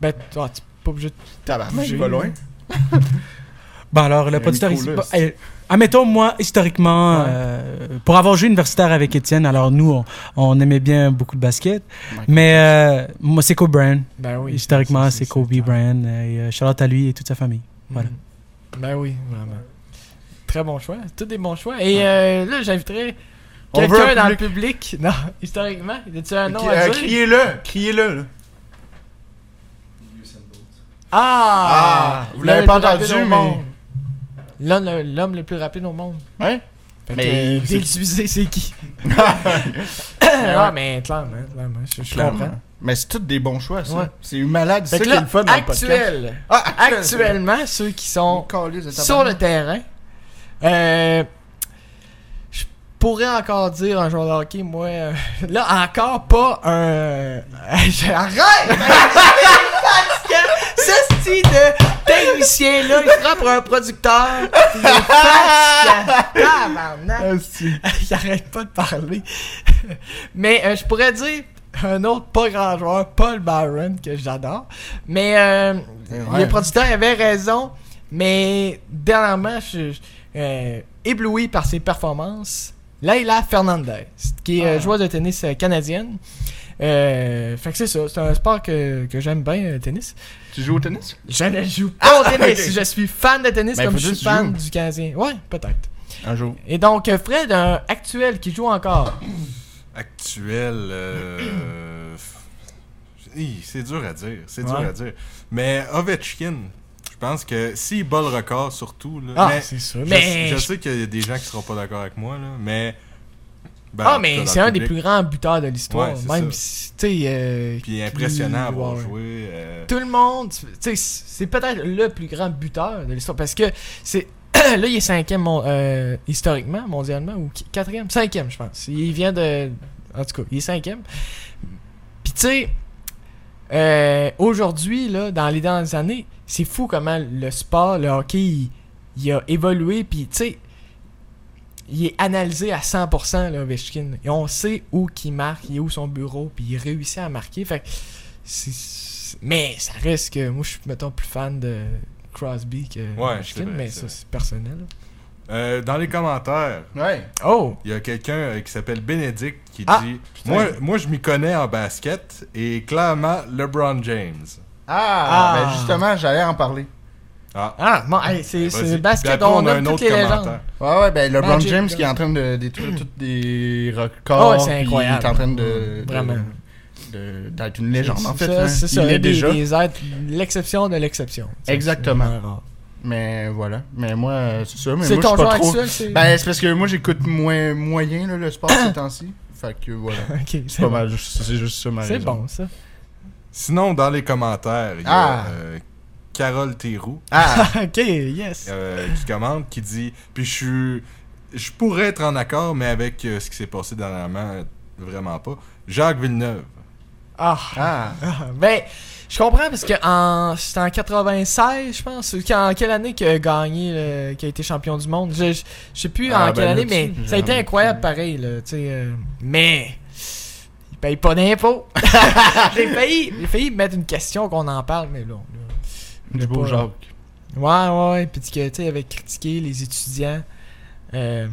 A: ben, toi, tu pas obligé de...
B: Tabarnak,
A: j'ai-
B: je vais loin.
D: Bon, alors, le
B: Le
D: producteur.
B: micro,
D: ici-
B: là,
D: bah,
B: c'est-
D: euh, admettons, moi, historiquement, euh, pour avoir joué universitaire avec Étienne, alors nous, on, on aimait bien beaucoup de basket.
B: Michael
D: Mais euh, moi, c'est Kobe Bryant.
A: Ben oui.
D: Historiquement, c'est Kobe Bryant. euh, Et, euh, Charlotte à lui et toute sa famille. Voilà.
A: Mhm. Ben oui, vraiment. Très bon choix. Tous des bons choix. Et euh, là, j'inviterais
B: On veut
A: quelqu'un
B: un
A: dans le public. Non, historiquement, y a un nom
B: Qui-
A: à
B: euh,
A: dire?
B: criez-le, criez-le. là.
A: Ah!
B: Ah, vous l'avez pas entendu, mais-
A: mais... L'homme le, l'homme le plus rapide au monde.
B: Ouais?
A: Fait
B: Mais-
A: que, déduisez c'est qui? ah, mais clairement, clairement, je, je comprends.
B: Clairement. Mais c'est tous des bons choix, ça.
A: Ouais.
B: C'est une malade, c'est
A: Fait que
B: ça qui est
A: là,
B: le fun dans le podcast.
A: actuel,
B: Ah,
A: actuellement, ceux qui sont
B: Calisse de
A: sur
B: tabarnak.
A: le terrain, euh, je pourrais encore dire un joueur de hockey, moi, euh, là, encore pas un... euh, J'arrête! Ce style de technicien-là, il se prend pour un producteur. Il est fatigant. Tabarnak.
B: Ah, si.
A: Il arrête pas de parler. mais euh, je pourrais dire un autre pas grand joueur, Paul Byron, que j'adore. Mais euh,
B: Ouais.
A: les producteurs avaient raison. Mais dernièrement, je suis euh, ébloui par ses performances. Leila Fernandez, qui
C: Ah.
A: est euh, joueuse de tennis euh, canadienne. Euh, fait que c'est ça, c'est un sport que, que j'aime bien, le tennis.
B: Tu joues au tennis?
A: Je ne joue
C: Ah,
A: pas au tennis,
B: ok.
A: je suis fan de tennis
B: Ben,
A: comme
B: faut
A: je
B: dire
A: suis
B: que tu
A: fan
B: joues.
A: du Canadien. Ouais, peut-être.
B: Un jour.
A: Et donc, euh, Fred, un actuel qui joue encore.
C: Actuel. euh, hi, c'est dur à dire. C'est dur
A: Ouais.
C: à dire. Mais Ovechkin, je pense que s'il bat le record, surtout. Là,
A: Ah,
C: mais
A: c'est sûr.
C: je-
A: Mais,
C: Je, sais qu'il y a des gens qui seront pas d'accord avec moi, là. Mais. ben,
A: ah,
C: dans
A: mais
C: le
A: c'est un des
C: public,
A: plus grands buteurs de l'histoire.
C: Ouais, c'est
A: même
C: ça.
A: si, tu sais. euh,
C: Puis impressionnant à avoir
A: Ouais.
C: joué. euh,
A: Tout le monde, tu sais, c'est peut-être le plus grand buteur de l'histoire parce que c'est là, il est cinquième mon- euh, historiquement, mondialement, ou qui- quatrième, cinquième, je pense. Il vient de. En tout cas, il est cinquième. Puis tu sais, euh, aujourd'hui, là, dans les dernières années, c'est fou comment le sport, le hockey, il, il a évolué. Puis tu sais, il est analysé à 100%, là, Ovechkin. Et on sait où qu'il marque, il est où son bureau, puis il réussit à marquer. Fait que c'est- c'est- Mais ça reste que moi, je suis, mettons, plus fan de Crosby que
C: c'est
A: Ovechkin,
C: vrai,
A: mais
C: c'est
A: ça,
C: vrai.
A: c'est personnel.
C: Euh, dans les commentaires,
B: Ouais.
A: Oh!
C: il y a quelqu'un euh, qui s'appelle Bénédicte qui
A: Ah,
C: dit moi, moi, je m'y connais en basket et clairement LeBron James.
B: Ah,
A: Ah.
B: ben justement, j'allais en parler.
C: Ah,
A: Ah, bon, hey, c'est
C: vas-y.
A: c'est le
C: Puis
A: basket,
C: après,
A: on,
C: a
A: a toutes les légendes.
B: Ouais, ouais, ben LeBron
A: Magic
B: James
A: Johnson.
B: qui est en train de détruire tous des records.
A: Ah ouais, c'est
B: puis
A: incroyable.
B: Il est en train de. de-
A: Vraiment.
B: de- D'être une légende, en
A: C'est
B: fait.
A: ça,
B: hein.
A: C'est ça,
B: il est
A: des-
B: déjà.
A: des êtres, l'exception de l'exception. tu sais,
B: Exactement.
A: c'est vraiment rare.
B: Mais voilà. Mais moi, euh, c'est ça. Mais
A: C'est
B: moi,
A: ton
B: je suis
A: joueur
B: pas trop.
A: actuel, c'est.
B: Ben, c'est parce que moi, j'écoute moins, moyen là, le sport ces temps-ci. Fait que voilà.
A: ok,
B: C'est pas mal, juste- c'est juste ça ma
A: C'est
B: raison.
A: bon, ça.
C: Sinon, dans les commentaires, il y a
B: Ah.
C: euh, Carole Théroux
B: Ah,
A: ok, yes.
C: euh, qui commande, qui dit Puis je suis. Je pourrais être en accord, mais avec euh, ce qui s'est passé dernièrement, euh, vraiment pas. Jacques Villeneuve.
A: Ah!
B: ah.
A: Ah, Ben, je comprends parce que en, c'était en 96, je pense. En quelle année qu'il a gagné, le- qu'il a été champion du monde Je, je, je sais plus
B: Ah,
A: en
B: ben
A: quelle
B: là,
A: année,
B: tu-
A: mais
B: j'ai
A: ça a été
B: envie de-
A: incroyable pareil. Là, tu sais, euh, mais, il paye pas d'impôts. j'ai, failli, j'ai failli mettre une question qu'on en parle, mais là. on-
B: Du beau
A: pas-
B: Jacques.
A: Ouais, ouais, ouais. Puis que, tu sais, il avait critiqué les étudiants euh,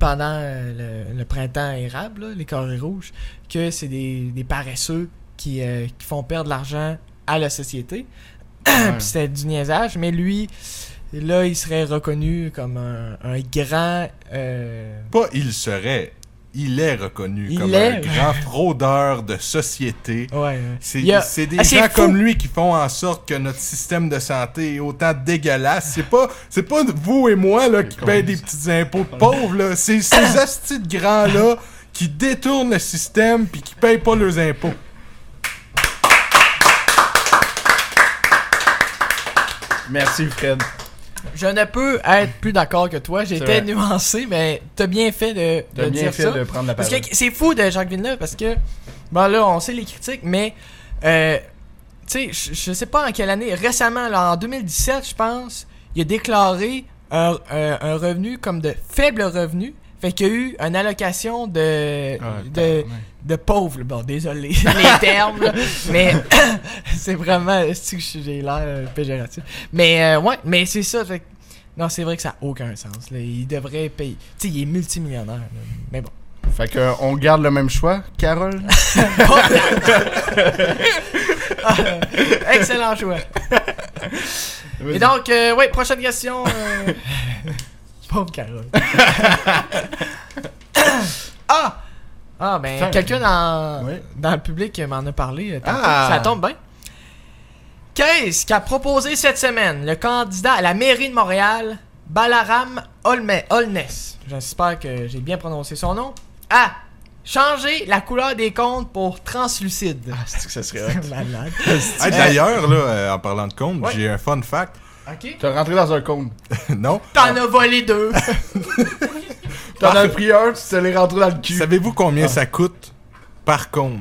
A: pendant euh, le, le printemps érable, là, les carrés rouges, que c'est des, des paresseux qui, euh, qui font perdre de l'argent à la société. Puis c'était du niaisage, mais lui, là, il serait reconnu comme un, un grand. euh,
C: Pas il serait, il est reconnu
A: Il
C: comme
A: est.
C: un grand fraudeur de société.
A: ouais, ouais.
C: C'est
A: Il y a-
C: c'est des
A: Ah, c'est
C: gens
A: fou.
C: comme lui qui font en sorte que notre système de santé est autant dégueulasse. C'est pas c'est pas vous et moi là, qui
B: con,
C: payent des
B: ça.
C: petits impôts de pauvres là. C'est ces hosties de grands là qui détournent le système puis qui payent pas leurs impôts.
B: Merci Fred.
A: Je ne peux être plus d'accord que toi. J'étais
B: vrai.
A: nuancé, mais t'as bien fait de, de
B: T'as bien
A: dire
B: fait
A: ça.
B: de prendre la
A: Parce
B: parole.
A: que c'est fou de Jacques Villeneuve parce que, bon là, on sait les critiques, mais, euh, tu sais, je- je sais pas en quelle année, récemment, là, en 2017, je pense, il a déclaré un, un- un revenu comme de faible revenu. Fait qu'il y a eu une allocation de,
B: Ah,
A: de, de pauvres. Bon, désolé les termes, là, mais c'est vraiment, c'est que j'ai l'air euh, péjoratif. Mais euh, ouais, mais c'est ça. Fait que- non, c'est vrai que ça n'a aucun sens. là. Il devrait payer. Tu sais, il est multimillionnaire. là, Mais bon.
B: Fait que, euh, on garde le même choix, Carole.
A: Excellent choix. Et donc, euh, ouais, prochaine question. euh, Pauvre Carole. ah! Ah, ben,
B: Putain.
A: quelqu'un dans,
B: Ouais.
A: dans le public euh, m'en a parlé. euh, tantôt.
B: Ah.
A: Ça tombe bien. Qu'est-ce qu'a proposé cette semaine le candidat à la mairie de Montréal, Balaram Olme- Holness? J'espère que j'ai bien prononcé son nom. A. Changer la couleur des comptes pour translucide.
B: Ah, c'est que ça serait hot.
A: C'est malade.
C: Hey, Ah, D'ailleurs là, euh, en parlant de compte,
A: Ouais.
C: j'ai un fun fact.
A: Ok.
B: T'as rentré dans un cône.
C: non.
A: T'en as volé deux.
B: T'en as pris un, tu te l'es rentré dans le cul.
C: Savez-vous combien ça coûte par compte?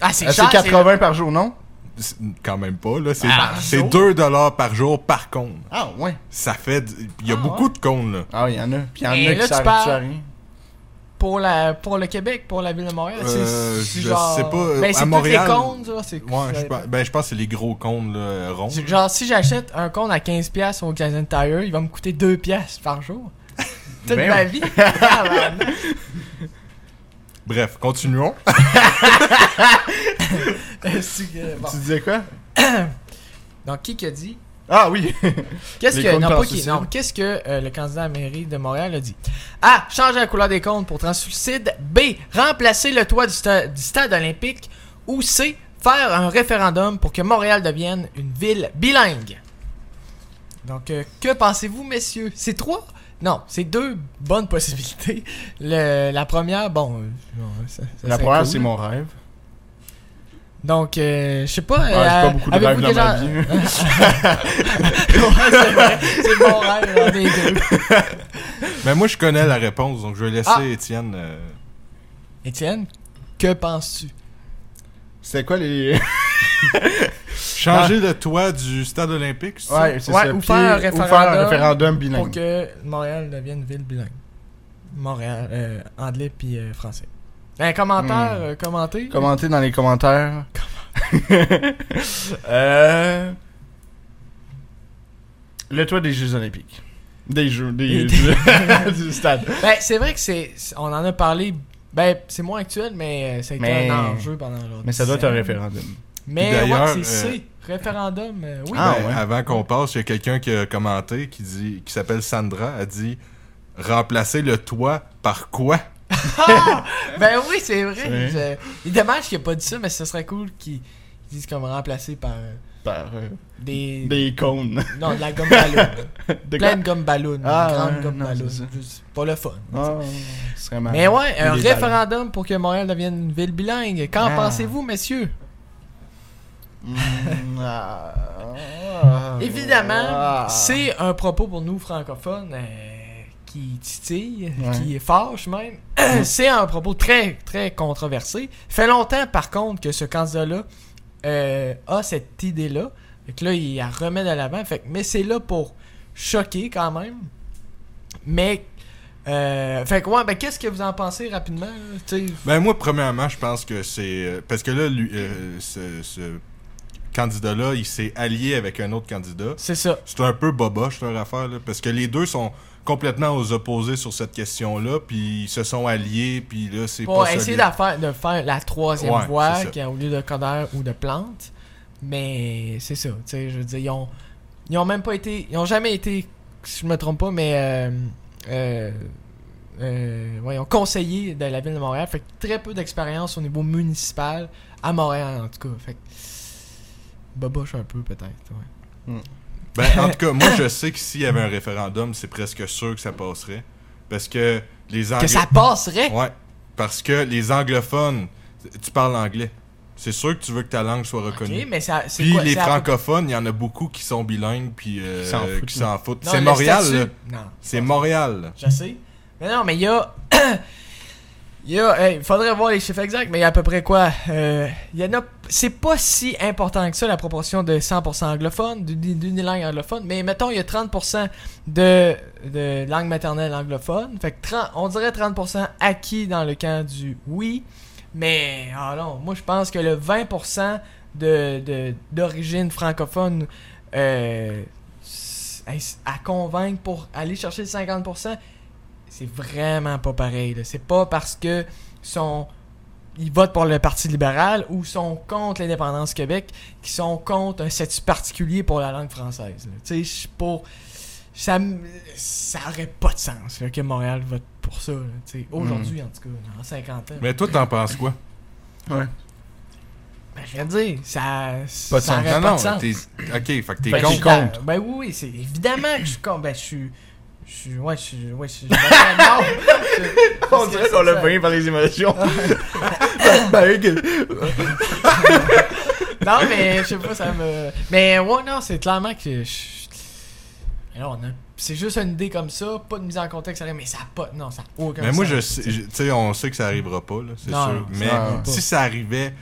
A: Ah, c'est
B: Ah,
A: cher.
B: C'est 80 par jour, non?
C: C'est- Quand même pas, là. C'est
A: Par
C: c'est
A: jour?
C: 2 dollars par jour par compte.
B: Ah, ouais.
C: Ça fait. du- Il y a beaucoup de comptes, là.
B: Ah, il y en a. Puis il y en
A: Et
B: a
A: là,
B: qui
A: tu
B: s'arrêtent
A: parles-
B: à rien.
A: Pour, la, pour le Québec, pour la ville de Montréal, c'est-
C: Euh,
A: c'est
C: je
A: genre...
C: sais pas,
A: Ben,
C: à
A: c'est tous
C: Montréal-
A: les comptes, genre, c'est...
C: Ouais, je,
A: c'est-
C: pense- ben, je pense que c'est les gros comptes, là, ronds.
A: c'est- Genre, si j'achète un compte à 15$ au Canadian Tire, il va me coûter 2$ par jour. Toute
B: Ben
A: ma
B: oui.
A: vie. Ah, ben.
C: Bref, continuons.
A: ben, C'est que- bon.
B: Tu disais quoi?
A: Donc, qui qui a dit
B: Ah, oui.
A: Qu'est-ce
B: Les
A: que,
B: comptes hein.
A: non,
B: par
A: pas qui-
B: suicide.
A: non, qu'est-ce que euh, le candidat à la mairie de Montréal a dit A. Changer la couleur des comptes pour translucide. B. Remplacer le toit du, sta- du stade olympique. Ou C. Faire un référendum pour que Montréal devienne une ville bilingue. Donc, euh, que pensez-vous, messieurs C'est trois Non, c'est deux bonnes possibilités. Le- la première, bon. euh, non, ça- ça
B: La
A: serait
B: première,
A: cool.
B: c'est mon rêve.
A: Donc, euh, je sais pas.
E: j'ai pas beaucoup de rêves
A: avez-vous
E: dans
A: déjà-
E: ma vie. hein.
A: Ouais, c'est vrai. C'est mon rêve, là, des deux.
C: Mais moi, je connais la réponse, donc je vais laisser
A: Ah.
C: Étienne. euh,
A: Étienne, que penses-tu?
E: C'était quoi les.
C: Changer le toit du stade olympique, c'est ça?
E: Ouais, c'est
A: Ouais,
E: ça.
A: ou
E: Puis-
A: faire un
E: Ou faire un
A: référendum
E: référendum bilingue.
A: Pour que Montréal devienne une ville bilingue. Montréal, euh, anglais puis euh, français. Un
E: Hmm.
A: commentaire, euh, commentez.
E: Commentez dans les commentaires. euh... Le toit des Jeux Olympiques. Des Jeux. Des, du stade.
A: Ben, c'est vrai que c'est. c'est- On en a parlé. Ben, c'est moins actuel, mais euh, ça a été
E: Mais-
A: un enjeu pendant longtemps.
E: Mais ça doit être un référendum.
A: Mais
C: Puis
A: ouais,
C: d'ailleurs,
A: c'est
C: euh,
A: C, référendum. euh, oui.
E: Ah,
C: Ben,
E: ouais.
C: Avant qu'on passe, il y a quelqu'un qui a commenté qui dit qui s'appelle Sandra, a dit remplacer le toit par quoi
A: Ben oui, c'est vrai.
E: C'est vrai.
A: Je- Il est dommage qu'il ait pas dit ça, mais ce serait cool qu'ils qu'ils disent comme remplacé par euh,
E: Par euh,
A: des...
E: des cônes.
A: Non, de la gomme ballon. là.
E: De
A: Plein de gomme ballon.
E: Ah,
A: une grande
E: ouais,
A: gomme
E: non,
A: ballon.
E: c'est ça.
A: Juste Pas le fun.
E: Oh, ce serait marrant.
A: Mais ouais, un
E: Des ballons.
A: référendum pour que Montréal devienne une ville bilingue. Qu'en
E: Ah.
A: pensez-vous, messieurs?
E: Mm, ah, ah,
A: Évidemment,
E: ah.
A: c'est un propos pour nous francophones euh, qui titille,
E: Ouais.
A: qui fâche même. c'est un propos très, très controversé. Fait longtemps, par contre, que ce candidat-là euh, a cette idée-là. Fait que là, il la remet de l'avant. Fait que, mais c'est là pour choquer quand même. Mais. euh, fait que, ouais, ben, qu'est-ce que vous en pensez rapidement? là? Tu sais,
C: Ben moi, premièrement, je pense que c'est euh, parce que là, lui, euh, ce, ce candidat-là, il s'est allié avec un autre candidat.
A: C'est ça.
C: C'est un peu boboche leur affaire, là, parce que les deux sont complètement aux opposés sur cette question-là, puis ils se sont alliés, puis là, c'est
A: Pour
C: pas
A: essayer
C: solide.
A: de faire, de faire la troisième
C: Ouais,
A: voie
C: c'est ça.
A: qui a au lieu de codeur ou de plante. Mais c'est ça, tu sais, je veux dire, ils ont, ils ont même pas été, ils ont jamais été, si je me trompe pas, mais euh, euh, euh, voyons, conseillers de la ville de Montréal. Fait que très peu d'expérience au niveau municipal, à Montréal en tout cas. Fait que, boboche un peu peut-être, ouais.
C: Ben, en tout cas, moi, je sais que s'il y avait un référendum, c'est presque sûr que ça passerait, parce que les
A: Que
C: Anglais-
A: ça passerait!
C: Ouais, parce que les anglophones, tu parles anglais. C'est sûr que tu veux que ta langue soit reconnue.
A: Ok, mais ça, c'est
C: Puis
A: quoi,
C: les
A: c'est à-
C: francophones, il y en a beaucoup qui sont bilingues puis euh,
E: Qui s'en foutent,
C: qui s'en foutent.
A: Non,
C: C'est
A: le
C: Montréal,
A: statut-
C: là.
A: Non.
C: C'est Montréal. là.
A: Je sais. Mais non, mais il y a. Il y a. hey, faudrait voir les chiffres exacts, mais il y a à peu près quoi Euh, Il y en a. C'est pas si important que ça, la proportion de 100% anglophone, d'une d'une langue anglophone, mais mettons, il y a 30% de, de langue maternelle anglophone. Fait que 30 on dirait 30% acquis dans le camp du oui, mais. Ah non, moi je pense que le 20% de- de- d'origine francophone. Euh, s- hey, s- à convaincre pour aller chercher le 50%, c'est vraiment pas pareil. là. C'est pas parce que sont ils votent pour le Parti libéral ou sont contre l'indépendance du Québec qui sont contre un statut particulier pour la langue française. là. Tu sais, je suis pour ça m- ça aurait pas de sens là, que Montréal vote pour ça. là, tu sais. Aujourd'hui en tout cas, en 50 ans.
C: Mais toi, t'en penses quoi?
A: Ben, je viens de dire, ça
E: Pas de
A: ça
E: sens.
A: aurait
C: Non,
A: pas
C: non,
A: de sens.
C: t'es... Ok, fait que t'es
E: Ben,
A: Ben, je
C: contre.
A: suis
E: contre.
A: d'accord. Ben oui, oui, c'est évidemment que je suis contre. Ben, je suis. Je suis. Ouais, je suis. Ouais, je suis. ben, non! Je-
E: On dirait qu'on l'a
A: ça.
E: payé par les émotions. Ben,
A: Non, mais je sais pas, ça me. Mais ouais, non, c'est clairement que. je- Mais là, on a. C'est juste une idée comme ça, pas de mise en contexte, rien, mais ça a pas. Non, ça a aucun
C: Mais moi,
A: sens.
C: je sais, je- tu sais, on sait que ça arrivera pas, là, c'est
A: Non,
C: sûr.
A: non,
C: Mais
E: ça arrive
A: pas.
C: si ça arrivait,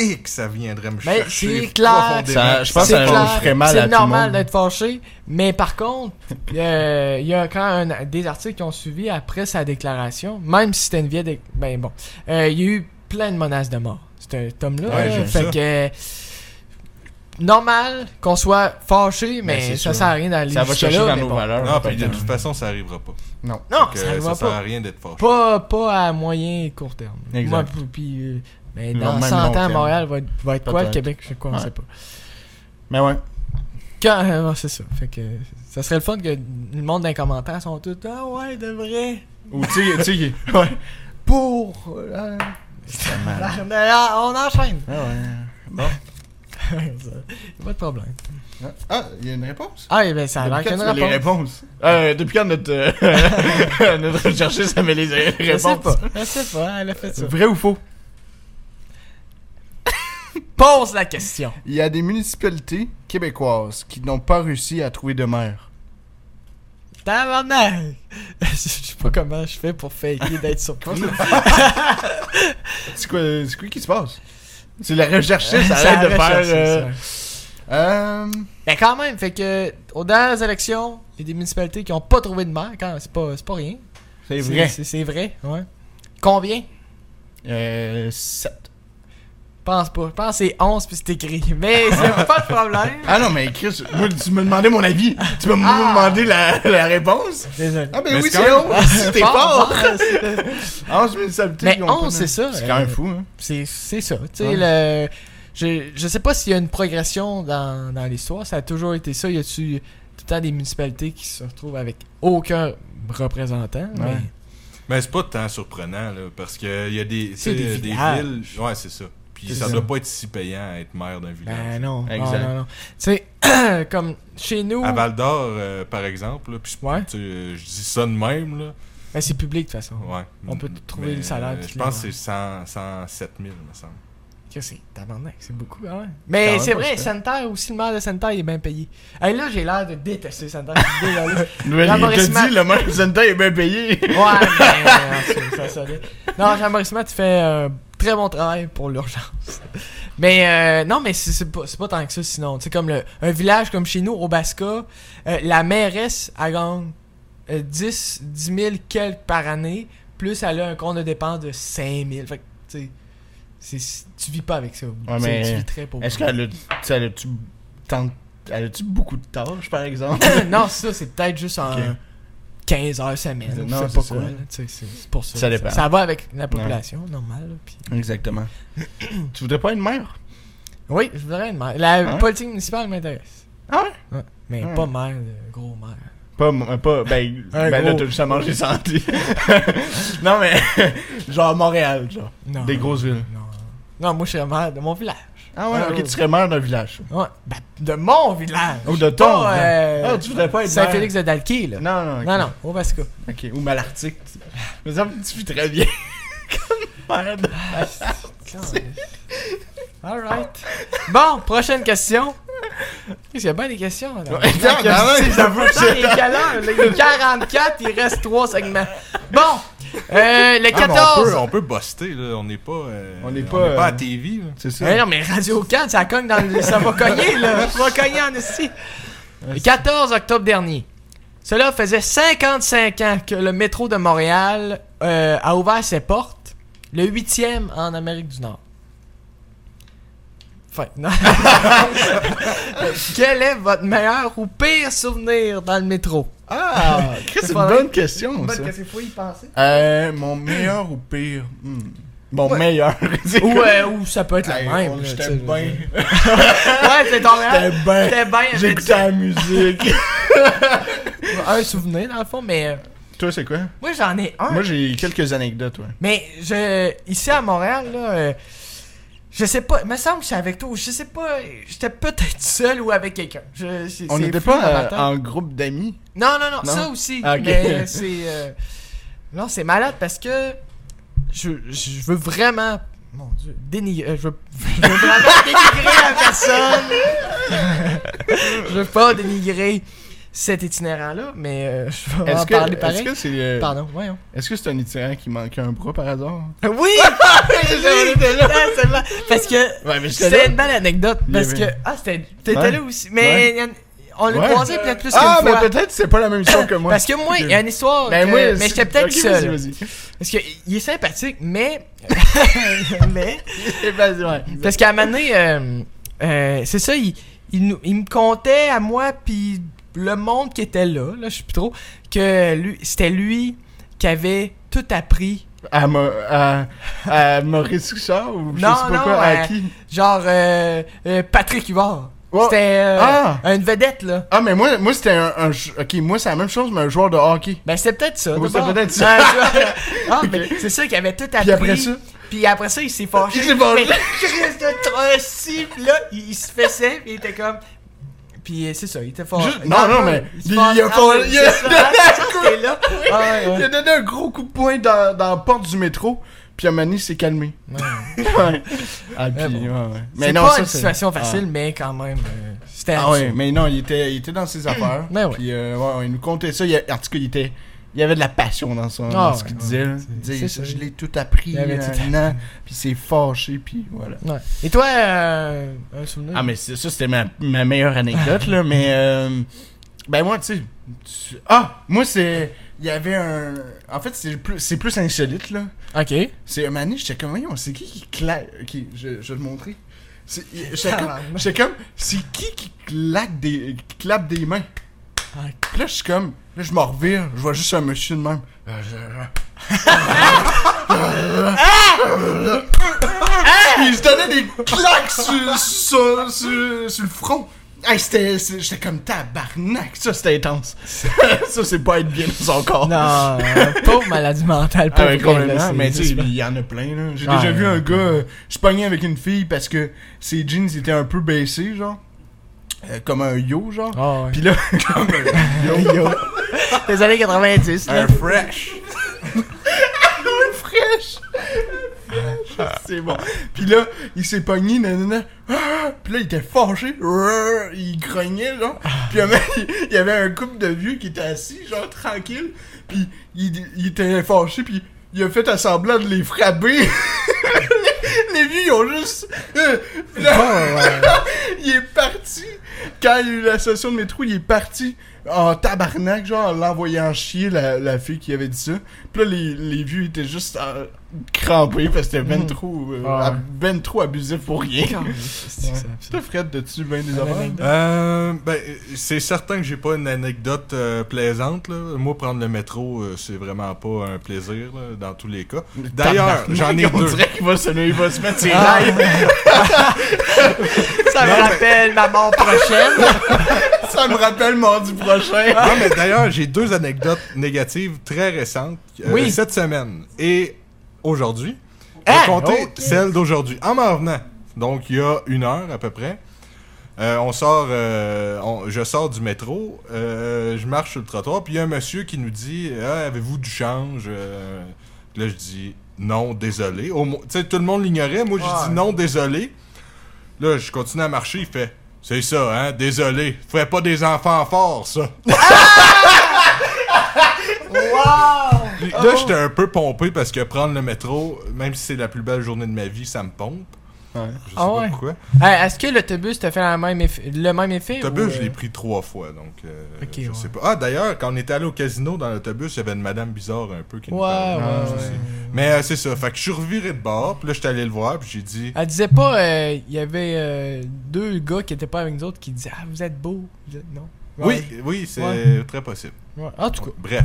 C: et que ça viendrait me
A: Ben,
C: chercher.
A: c'est clair.
C: profondément.
E: Ça- je pense que
A: C'est
E: ça
A: clair,
E: ferait mal à
A: C'est
E: tout le
A: normal
E: monde.
A: d'être fâché, mais par contre, euh, il y a quand un- des articles qui ont suivi après sa déclaration, même si c'était une vieille. dé- Ben bon, euh, il y a eu plein de menaces de mort. C'est un tome là.
C: Ouais,
A: là,
C: j'ai vu
A: fait
C: ça.
A: que euh, normal qu'on soit fâché, mais,
E: Ben, c'est
A: ça
E: sûr.
A: sert à rien d'aller
E: Ça va
A: jusque-là,
E: chercher dans
A: mais
E: nos
A: bon. Ah,
E: valeurs.
C: Non, puis de toute façon, ça arrivera pas.
E: Non.
A: Non,
C: Fait que,
A: ça ne
C: ça
A: va
C: sert à
A: pas.
C: rien d'être fâché.
A: Pas, pas à moyen et court terme.
E: Exact.
A: Moi, puis- puis, euh, mais
E: Long-
A: dans
E: même
A: 100
E: long
A: ans,
E: terme.
A: Montréal va être, va être quoi, le
E: Peut-être.
A: Québec, je sais quoi, on
E: Ouais.
A: sait pas.
E: Mais ouais.
A: Quand, euh, ouais, c'est ça. Fait que ça serait le fun que le monde dans les commentaires sont tous ah ouais de vrai
E: Ou tu sais, tu sais, ouais.
A: pour. euh, Mais là, on enchaîne.
E: Ah ouais.
A: Ça, pas de problème.
E: Ah, il y a une réponse?
A: Ah et ben ça a l'air
E: Depuis
A: qu'il y en
E: quand
A: aura
E: tu fais les
A: pas.
E: réponses? Euh, depuis quand notre, euh, notre recherchiste ça met les euh,
A: Je sais hein,
E: réponses?
B: Euh,
A: pas. Je sais pas. Elle a fait ça.
E: Vrai ou faux?
A: Pose la question.
B: Il y a des municipalités québécoises qui n'ont pas réussi à trouver de maire.
A: Tabarnak! Je sais pas comment je fais pour faker d'être surpris.
B: C'est quoi, c'est quoi qui se passe? C'est la recherchiste,
A: Ça
B: arrête de faire...
A: recherche,
B: euh,
A: ça.
B: euh,
A: Mais quand même, fait que aux dernières élections, il y a des municipalités qui ont pas trouvé de maire. Quand même, c'est pas, c'est pas rien.
B: c'est vrai.
A: C'est, c'est vrai, ouais. Combien?
B: Euh, sept.
A: Je pense pas. Je pense que c'est 11 puis c'est écrit. Mais c'est pas de problème.
B: Ah non, mais Chris, moi, tu me demandais mon avis. Tu m'as
A: Ah.
B: demandé la, la réponse.
A: Désolé.
B: Ah ben
C: Mais
B: oui,
C: c'est
B: c'est
C: quand
B: 11. T'es fort. Ah,
A: hein, c'est-
B: 11 municipalités.
A: Mais
B: qui ont pas
A: 11,
B: de-
A: c'est ça,
B: C'est
A: euh,
B: quand même fou, hein.
A: C'est c'est ça. Tu sais, le- je, je sais pas s'il y a une progression dans, dans l'histoire. Ça a toujours été ça. Il y a-tu tout le temps des municipalités qui se retrouvent avec aucun représentant? mais-
C: Mais c'est pas tant surprenant, là, parce qu'il y a des, tu
A: C'est
C: sais,
A: des
C: des
A: villages.
C: villes. Ouais, c'est ça. Puis ça,
A: ça.
C: doit pas être si payant à être maire d'un village.
A: Ben non. non,
B: Exact.
A: non, non. Tu sais, comme chez nous.
C: À Val d'Or, euh, par exemple, là, puis je,
A: Ouais.
C: tu sais, euh, je dis ça de même, là.
A: Ben, c'est public de toute façon.
C: Ouais.
A: On peut
C: Mais,
A: trouver le salaire,
C: euh,
A: puis
C: Je
A: tout
C: pense
A: le-
C: que c'est 100 107 000, il me semble.
A: Que c'est tabarnak, c'est beaucoup, ah ouais.
B: Quand
A: Mais
B: même
A: c'est
B: pas,
A: vrai,
B: c'est
A: Center aussi, le maire de Center, il est bien payé. Hey, là, j'ai l'air de détester Center. je suis désolé.
B: Mais il te
A: L'amortissement-
B: dit, le maire Zenta est bien payé.
A: Ouais, mais, euh, ça, ça, ça, Non, Jean-Maurice Matt, tu fais un très bon travail pour l'urgence. Mais euh, non, mais c'est c'est pas, c'est pas tant que ça sinon. Tu sais, comme le, un village comme chez nous, au Basca, euh, la mairesse, elle gagne euh, 10, 10 000 quelques par année, plus elle a un compte de dépenses de 5 000. Fait que, tu sais, c'est- tu vis pas avec ça. Tu sais,
B: mais
A: tu vis très pauvre.
B: Est-ce qu'elle a, tu sais, elle a-tu tant- elle a-tu beaucoup de tâches, par exemple?
A: non, ça, c'est peut-être juste en
B: Ok.
A: 15 heures semaine.
B: Non,
A: je
B: c'est
A: sais pas
B: ça.
A: quoi. là, tu sais, C'est c'est pour ça.
B: Ça dépend.
A: va avec la population, normale. puis-
B: Exactement. tu voudrais pas être maire?
A: Oui, je voudrais une maire. La
B: Hein?
A: politique municipale m'intéresse.
B: Ah ouais?
A: Ouais, Mais
B: Ouais.
A: pas maire, de gros maire.
B: Pas, m- euh, pas ben,
A: Un
B: ben là,
A: gros-
B: t'as juste à manger santé. non, mais, genre Montréal, genre.
A: Non.
B: Des grosses villes.
A: Non. Non, moi, je serais maire de mon village.
B: Ah ouais,
A: Ah,
B: ok,
A: ouais.
B: tu serais maire d'un village.
A: Ouais. Ben, de mon village.
B: Ou de ton.
A: Pas,
B: hein.
A: euh,
B: Ah, tu voudrais pas être maire.
A: Saint-Félix de Dalquier, là.
B: Non, non, ok.
A: Non, non, au Basca.
B: Ok, ou Malartic. Mais ça me suffit très bien. Comme maire de-
A: Ah, Alright. Bon, prochaine question. Il y a bien des questions. là.
B: Ouais, attends,
A: Il y a-
B: attends,
A: c'est-
B: j'avoue que
A: Attends, il est quelle heure, là? Il est 44, il reste 3 segments. Bon, euh, le
C: Ah, mais on,
A: 14.
C: peut, on peut buster, là. On n'est pas, euh,
B: On n'est pas,
C: pas à
B: euh,
C: TV, là.
B: C'est
A: Mais
B: ça.
A: non, mais Radio 4, ça cogne dans le... Ça va cogner, là. Ça va cogner en ici.
B: Ah,
A: Le 14 octobre dernier. Cela faisait 55 ans que le métro de Montréal euh, a ouvert ses portes. Le huitième en Amérique du Nord. Enfin, non. Quel est votre meilleur ou pire souvenir dans le métro?
B: Ah, Chris, c'est une
A: faudrait-
B: bonne question, Oh, ça.
A: faut y penser.
B: Euh, mon meilleur ou pire? Hmm. Mon meilleur. c'est
A: Ou,
B: quoi?
A: euh, ou ça peut être la
B: Hey,
A: même.
B: on-
A: là, tu
B: J'étais
A: sais,
B: bien.
A: Ouais, c'est ton meilleur. J'étais
B: J'étais bien.
A: bien.
B: J'écoutais la musique.
A: un souvenir dans le fond, mais euh,
B: Toi, c'est quoi?
A: moi j'en ai un.
B: Moi, j'ai quelques anecdotes, ouais.
A: Mais je ici à Montréal là, euh, je sais pas, il me semble que j'étais avec toi, ou je sais pas, j'étais peut-être seul ou avec quelqu'un. Je- c'est-
B: On
A: c'est
B: n'était
A: flou dans ma
B: pas
A: tête.
B: euh, en groupe d'amis.
A: Non, non, non,
B: Non?
A: ça aussi.
B: Ah, ok.
A: Mais c'est. euh, Non, c'est malade parce que. Je, je veux vraiment. Mon dieu. Dénigrer. euh, Je veux, je veux vraiment dénigrer la personne. je veux pas dénigrer cet itinérant-là, mais euh, je vais en
B: Est-ce que
A: parler pareil.
B: est-ce que c'est euh,
A: Pardon, voyons.
B: est-ce que c'est un itinérant qui manquait un bras par hasard
A: Oui! oui! Ah, c'est vrai. Parce que.
B: Ouais, mais
A: C'était une belle anecdote parce
B: Il y
A: que.
B: avait-
A: Ah, c'était. T'étais
B: Ouais.
A: là aussi. Mais il y en- on l'a
B: Ouais.
A: croisé peut-être plus
B: Ah,
A: qu'une
B: mais
A: fois.
B: peut-être c'est pas la même histoire que moi.
A: Parce que moi, il y a une histoire.
B: Ben
A: que-
B: moi,
A: euh, mais
B: c'est-
A: j'étais peut-être
B: ok,
A: seul.
B: Vas-y, vas-y.
A: Parce que il est sympathique, mais. mais.
B: Et vas-y, ouais.
A: Parce qu'à un moment donné, euh, euh, c'est ça, il, il, nous- il me comptait à moi, puis le monde qui était là, là, je sais plus trop, que lui, c'était lui qui avait tout appris.
B: À, Mo- à, à Maurice Richard ou je
A: Non,
B: sais pas
A: non,
B: quoi,
A: euh,
B: à qui
A: Genre, euh, euh, Patrick Huard.
B: Ouais.
A: C'était euh,
B: Ah.
A: une vedette, là.
B: Ah, mais moi, moi c'était un, un jou- Ok, moi, c'est la même chose, mais un joueur de hockey.
A: Ben, c'était peut-être ça.
B: Oui,
A: d'abord.
B: c'était peut-être ça.
A: Ouais, tu vois. ah,
B: Ok.
A: mais c'est ça qu'il avait tout appris.
B: après ça?
A: Puis après ça, il s'est fâché.
B: Il s'est fâché.
A: Mais là, Christ de trossi, Puis là, il, il se fessait, puis il était comme... Puis euh, c'est ça, il était fort.
B: Juste- non, non, mais
A: se
B: il-
A: fâche-
B: il a
A: Ah,
B: pas-
A: mais
B: il a
A: c'est ça, ah, c'est ça, c'est là. Ah, ouais,
B: Il
A: ouais.
B: a donné un gros coup de poing dans, dans la porte du métro. Puis à un moment donné, il s'est calmé.
A: Ouais.
B: ouais. Ah, puis,
A: bon.
B: ouais, ouais.
A: C'est
B: Mais non,
A: pas
B: ça,
A: une
B: c'est-
A: situation facile, mais quand même. euh, C'était
B: Ah ouais, mais non, il était, il était dans ses affaires.
A: Mais ouais.
B: Puis euh, Hmm. ouais, ouais, il nous contait ça. Il, a- en tout cas, il était. Il y avait de la passion dans, son,
A: Ah
B: dans ce
A: ouais,
B: qu'il
A: ouais.
B: disait. là. Il disait,
A: c'est ça.
B: ça, je l'ai tout appris.
A: Il avait tout
B: nan, nan. Puis c'est fâché, puis voilà.
A: Ouais. Et toi, euh, un souvenir
B: Ah, mais c'est- ça, c'était ma, ma meilleure anecdote, là. Mais, euh, ben, moi, tu sais. tu- Ah, moi, c'est. Il y avait un. En fait, c'est plus, c'est plus insolite, là.
A: Ok.
B: C'est un mané, j'étais comme, voyons, c'est qui qui claque. Ok, je, je vais le montrer. C'est- J'étais comme, j'étais comme, c'est qui qui claque des, qui clappe des mains?
A: Ah.
B: Puis là, je suis comme, là, je m'en revire, je vois juste un monsieur de même. Euh, je- Puis Il se donnait des claques sur, sur, sur- sur le front. Hey, c'était, c'est- j'étais comme tabarnak, ça c'était intense. ça c'est pas être bien dans son corps.
A: Non, euh, pauvre maladie mentale,
B: Oh. Ah
A: pas
B: ouais, complètement. Mais tu sais, il y en a plein, là. J'ai
A: Ah,
B: déjà
A: ouais.
B: vu un gars euh, se pogner avec une fille parce que ses jeans étaient un peu baissés, genre. Euh, comme un yo, genre.
A: Oh, ouais.
B: Puis là, comme un yo.
A: Les années 90, là.
C: Un fresh.
B: fraîche. C'est bon. Puis là, il s'est pogné, nanana. Ah! Puis là, il était fâché. Ah! Il grognait, genre. Puis même, il y avait un couple de vieux qui était assis, genre, tranquille. Puis il, il était fâché, puis il a fait à semblant de les frapper. les vieux, ils ont juste... Euh, puis là, il est parti. Quand il y a eu la session de métro, il est parti en tabarnak, genre en l'envoyant chier la, la fille qui avait dit ça. Puis là, les, les vieux étaient juste euh, crampés parce que c'était ben trop, euh,
A: Ah ouais.
B: ab- ben trop abusif pour rien.
A: C'est ça.
B: Toi, Fred, t'as-tu bien des affaires?
C: Euh, ben, c'est certain que j'ai pas une anecdote euh, plaisante. Là. Moi, prendre le métro, euh, c'est vraiment pas un plaisir là, dans tous les cas. D'ailleurs, j'en ai
B: On
C: deux.
B: dirait qu'il va se, il va se mettre ses
A: Ah,
B: rails.
A: Ça me rappelle ma mort prochaine.
B: Ça me rappelle mardi prochain.
C: Non, mais d'ailleurs, j'ai deux anecdotes négatives très récentes euh,
A: Oui.
C: cette semaine et aujourd'hui.
A: Ah,
C: je vais compter
A: ok.
C: celle d'aujourd'hui. En m'en venant, donc il y a une heure à peu près, euh, on sort, euh, on- je sors du métro, euh, je marche sur le trottoir, puis il y a un monsieur qui nous dit Ah, Avez-vous du change Euh, Là, je dis Non, désolé. Au mo- Tu sais, tout le monde l'ignorait. Moi, je dis Non, désolé. Là, je continue à marcher, il fait C'est ça, hein, désolé. Fais pas des enfants forts, ça. Puis Là, j'étais un peu pompé parce que prendre le métro, même si c'est la plus belle journée de ma vie, ça me pompe. Je sais
A: Ah
C: pas
A: ouais.
C: pourquoi.
B: oh.
A: Hey, Est-ce que l'autobus t'a fait la même eff- le même effet
C: L'autobus,
A: ou,
C: je
A: euh,
C: l'ai pris trois fois, donc euh,
A: Ok,
C: je
A: ouais.
C: sais pas. Ah, d'ailleurs, quand on était allé au casino dans l'autobus, il y avait une madame bizarre un peu qui nous
A: Ouais,
C: parlait.
A: ouais,
C: aussi.
A: ouais.
C: Mais euh, c'est ça, fait que je suis reviré de bord, puis là, j'étais allé le voir, puis j'ai dit...
A: Elle disait pas, euh, il y avait euh, deux gars qui étaient pas avec nous autres qui disaient Ah, vous êtes beau. Vous êtes- Non.
C: Oui, oui, c'est
A: Ouais.
C: très possible.
A: Ouais. En tout cas.
C: Bref.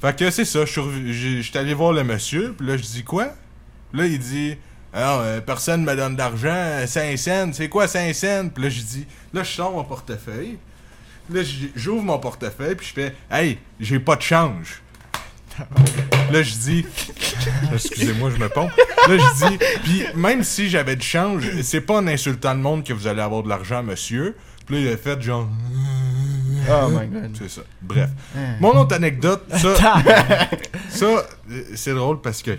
C: Fait que c'est ça, je suis revu- j'ai- j'étais allé voir le monsieur, puis là, je dis quoi? Puis Là, il dit, alors, euh, personne me donne d'argent, euh, 5 cents, c'est quoi 5 cents? Puis là, je dis, là, je sors mon portefeuille. Là, j- j'ouvre mon portefeuille, puis je fais, hey, j'ai pas de change. Là, je dis, excusez-moi, je me pompe. Là, je dis, puis même si j'avais du change, c'est pas en insultant le monde que vous allez avoir de l'argent, monsieur. Puis là, il a fait genre,
B: Oh my god.
C: c'est ça. Bref. Mon autre anecdote, ça. ça, euh, c'est drôle parce que.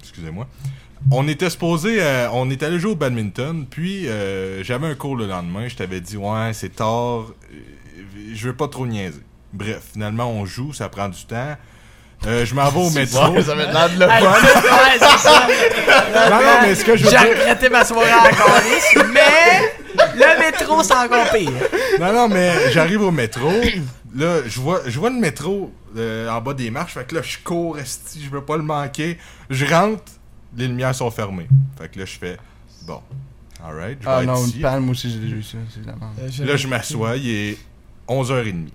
C: Excusez-moi. On était supposé. euh, on est allé jouer au badminton, puis euh, j'avais un cours le lendemain. Je t'avais dit, ouais, c'est tard. euh, Je veux pas trop niaiser. Bref, finalement, on joue, ça prend du temps. Euh, je m'en vais au métro.
B: Ouais, ça va être l'air de le
A: Hey,
B: fun.
A: ouais, c'est ça.
C: Non, non, mais ce que je veux
A: J'ai
C: dire-
A: regretté ma soirée à Calice, mais le métro, c'est encore pire.
C: Non, non, mais j'arrive au métro. Là, je vois, je vois le métro euh, en bas des marches. Fait que là, je cours, esti, je veux pas le manquer. Je rentre, les lumières sont fermées. Fait que là, je fais bon, alright, je vais
B: Ah
C: être
B: non,
C: ici.
B: une palme, moi aussi, j'ai déjà eu ça. C'est de la merde.
C: Là, je m'assois, il est 11h30.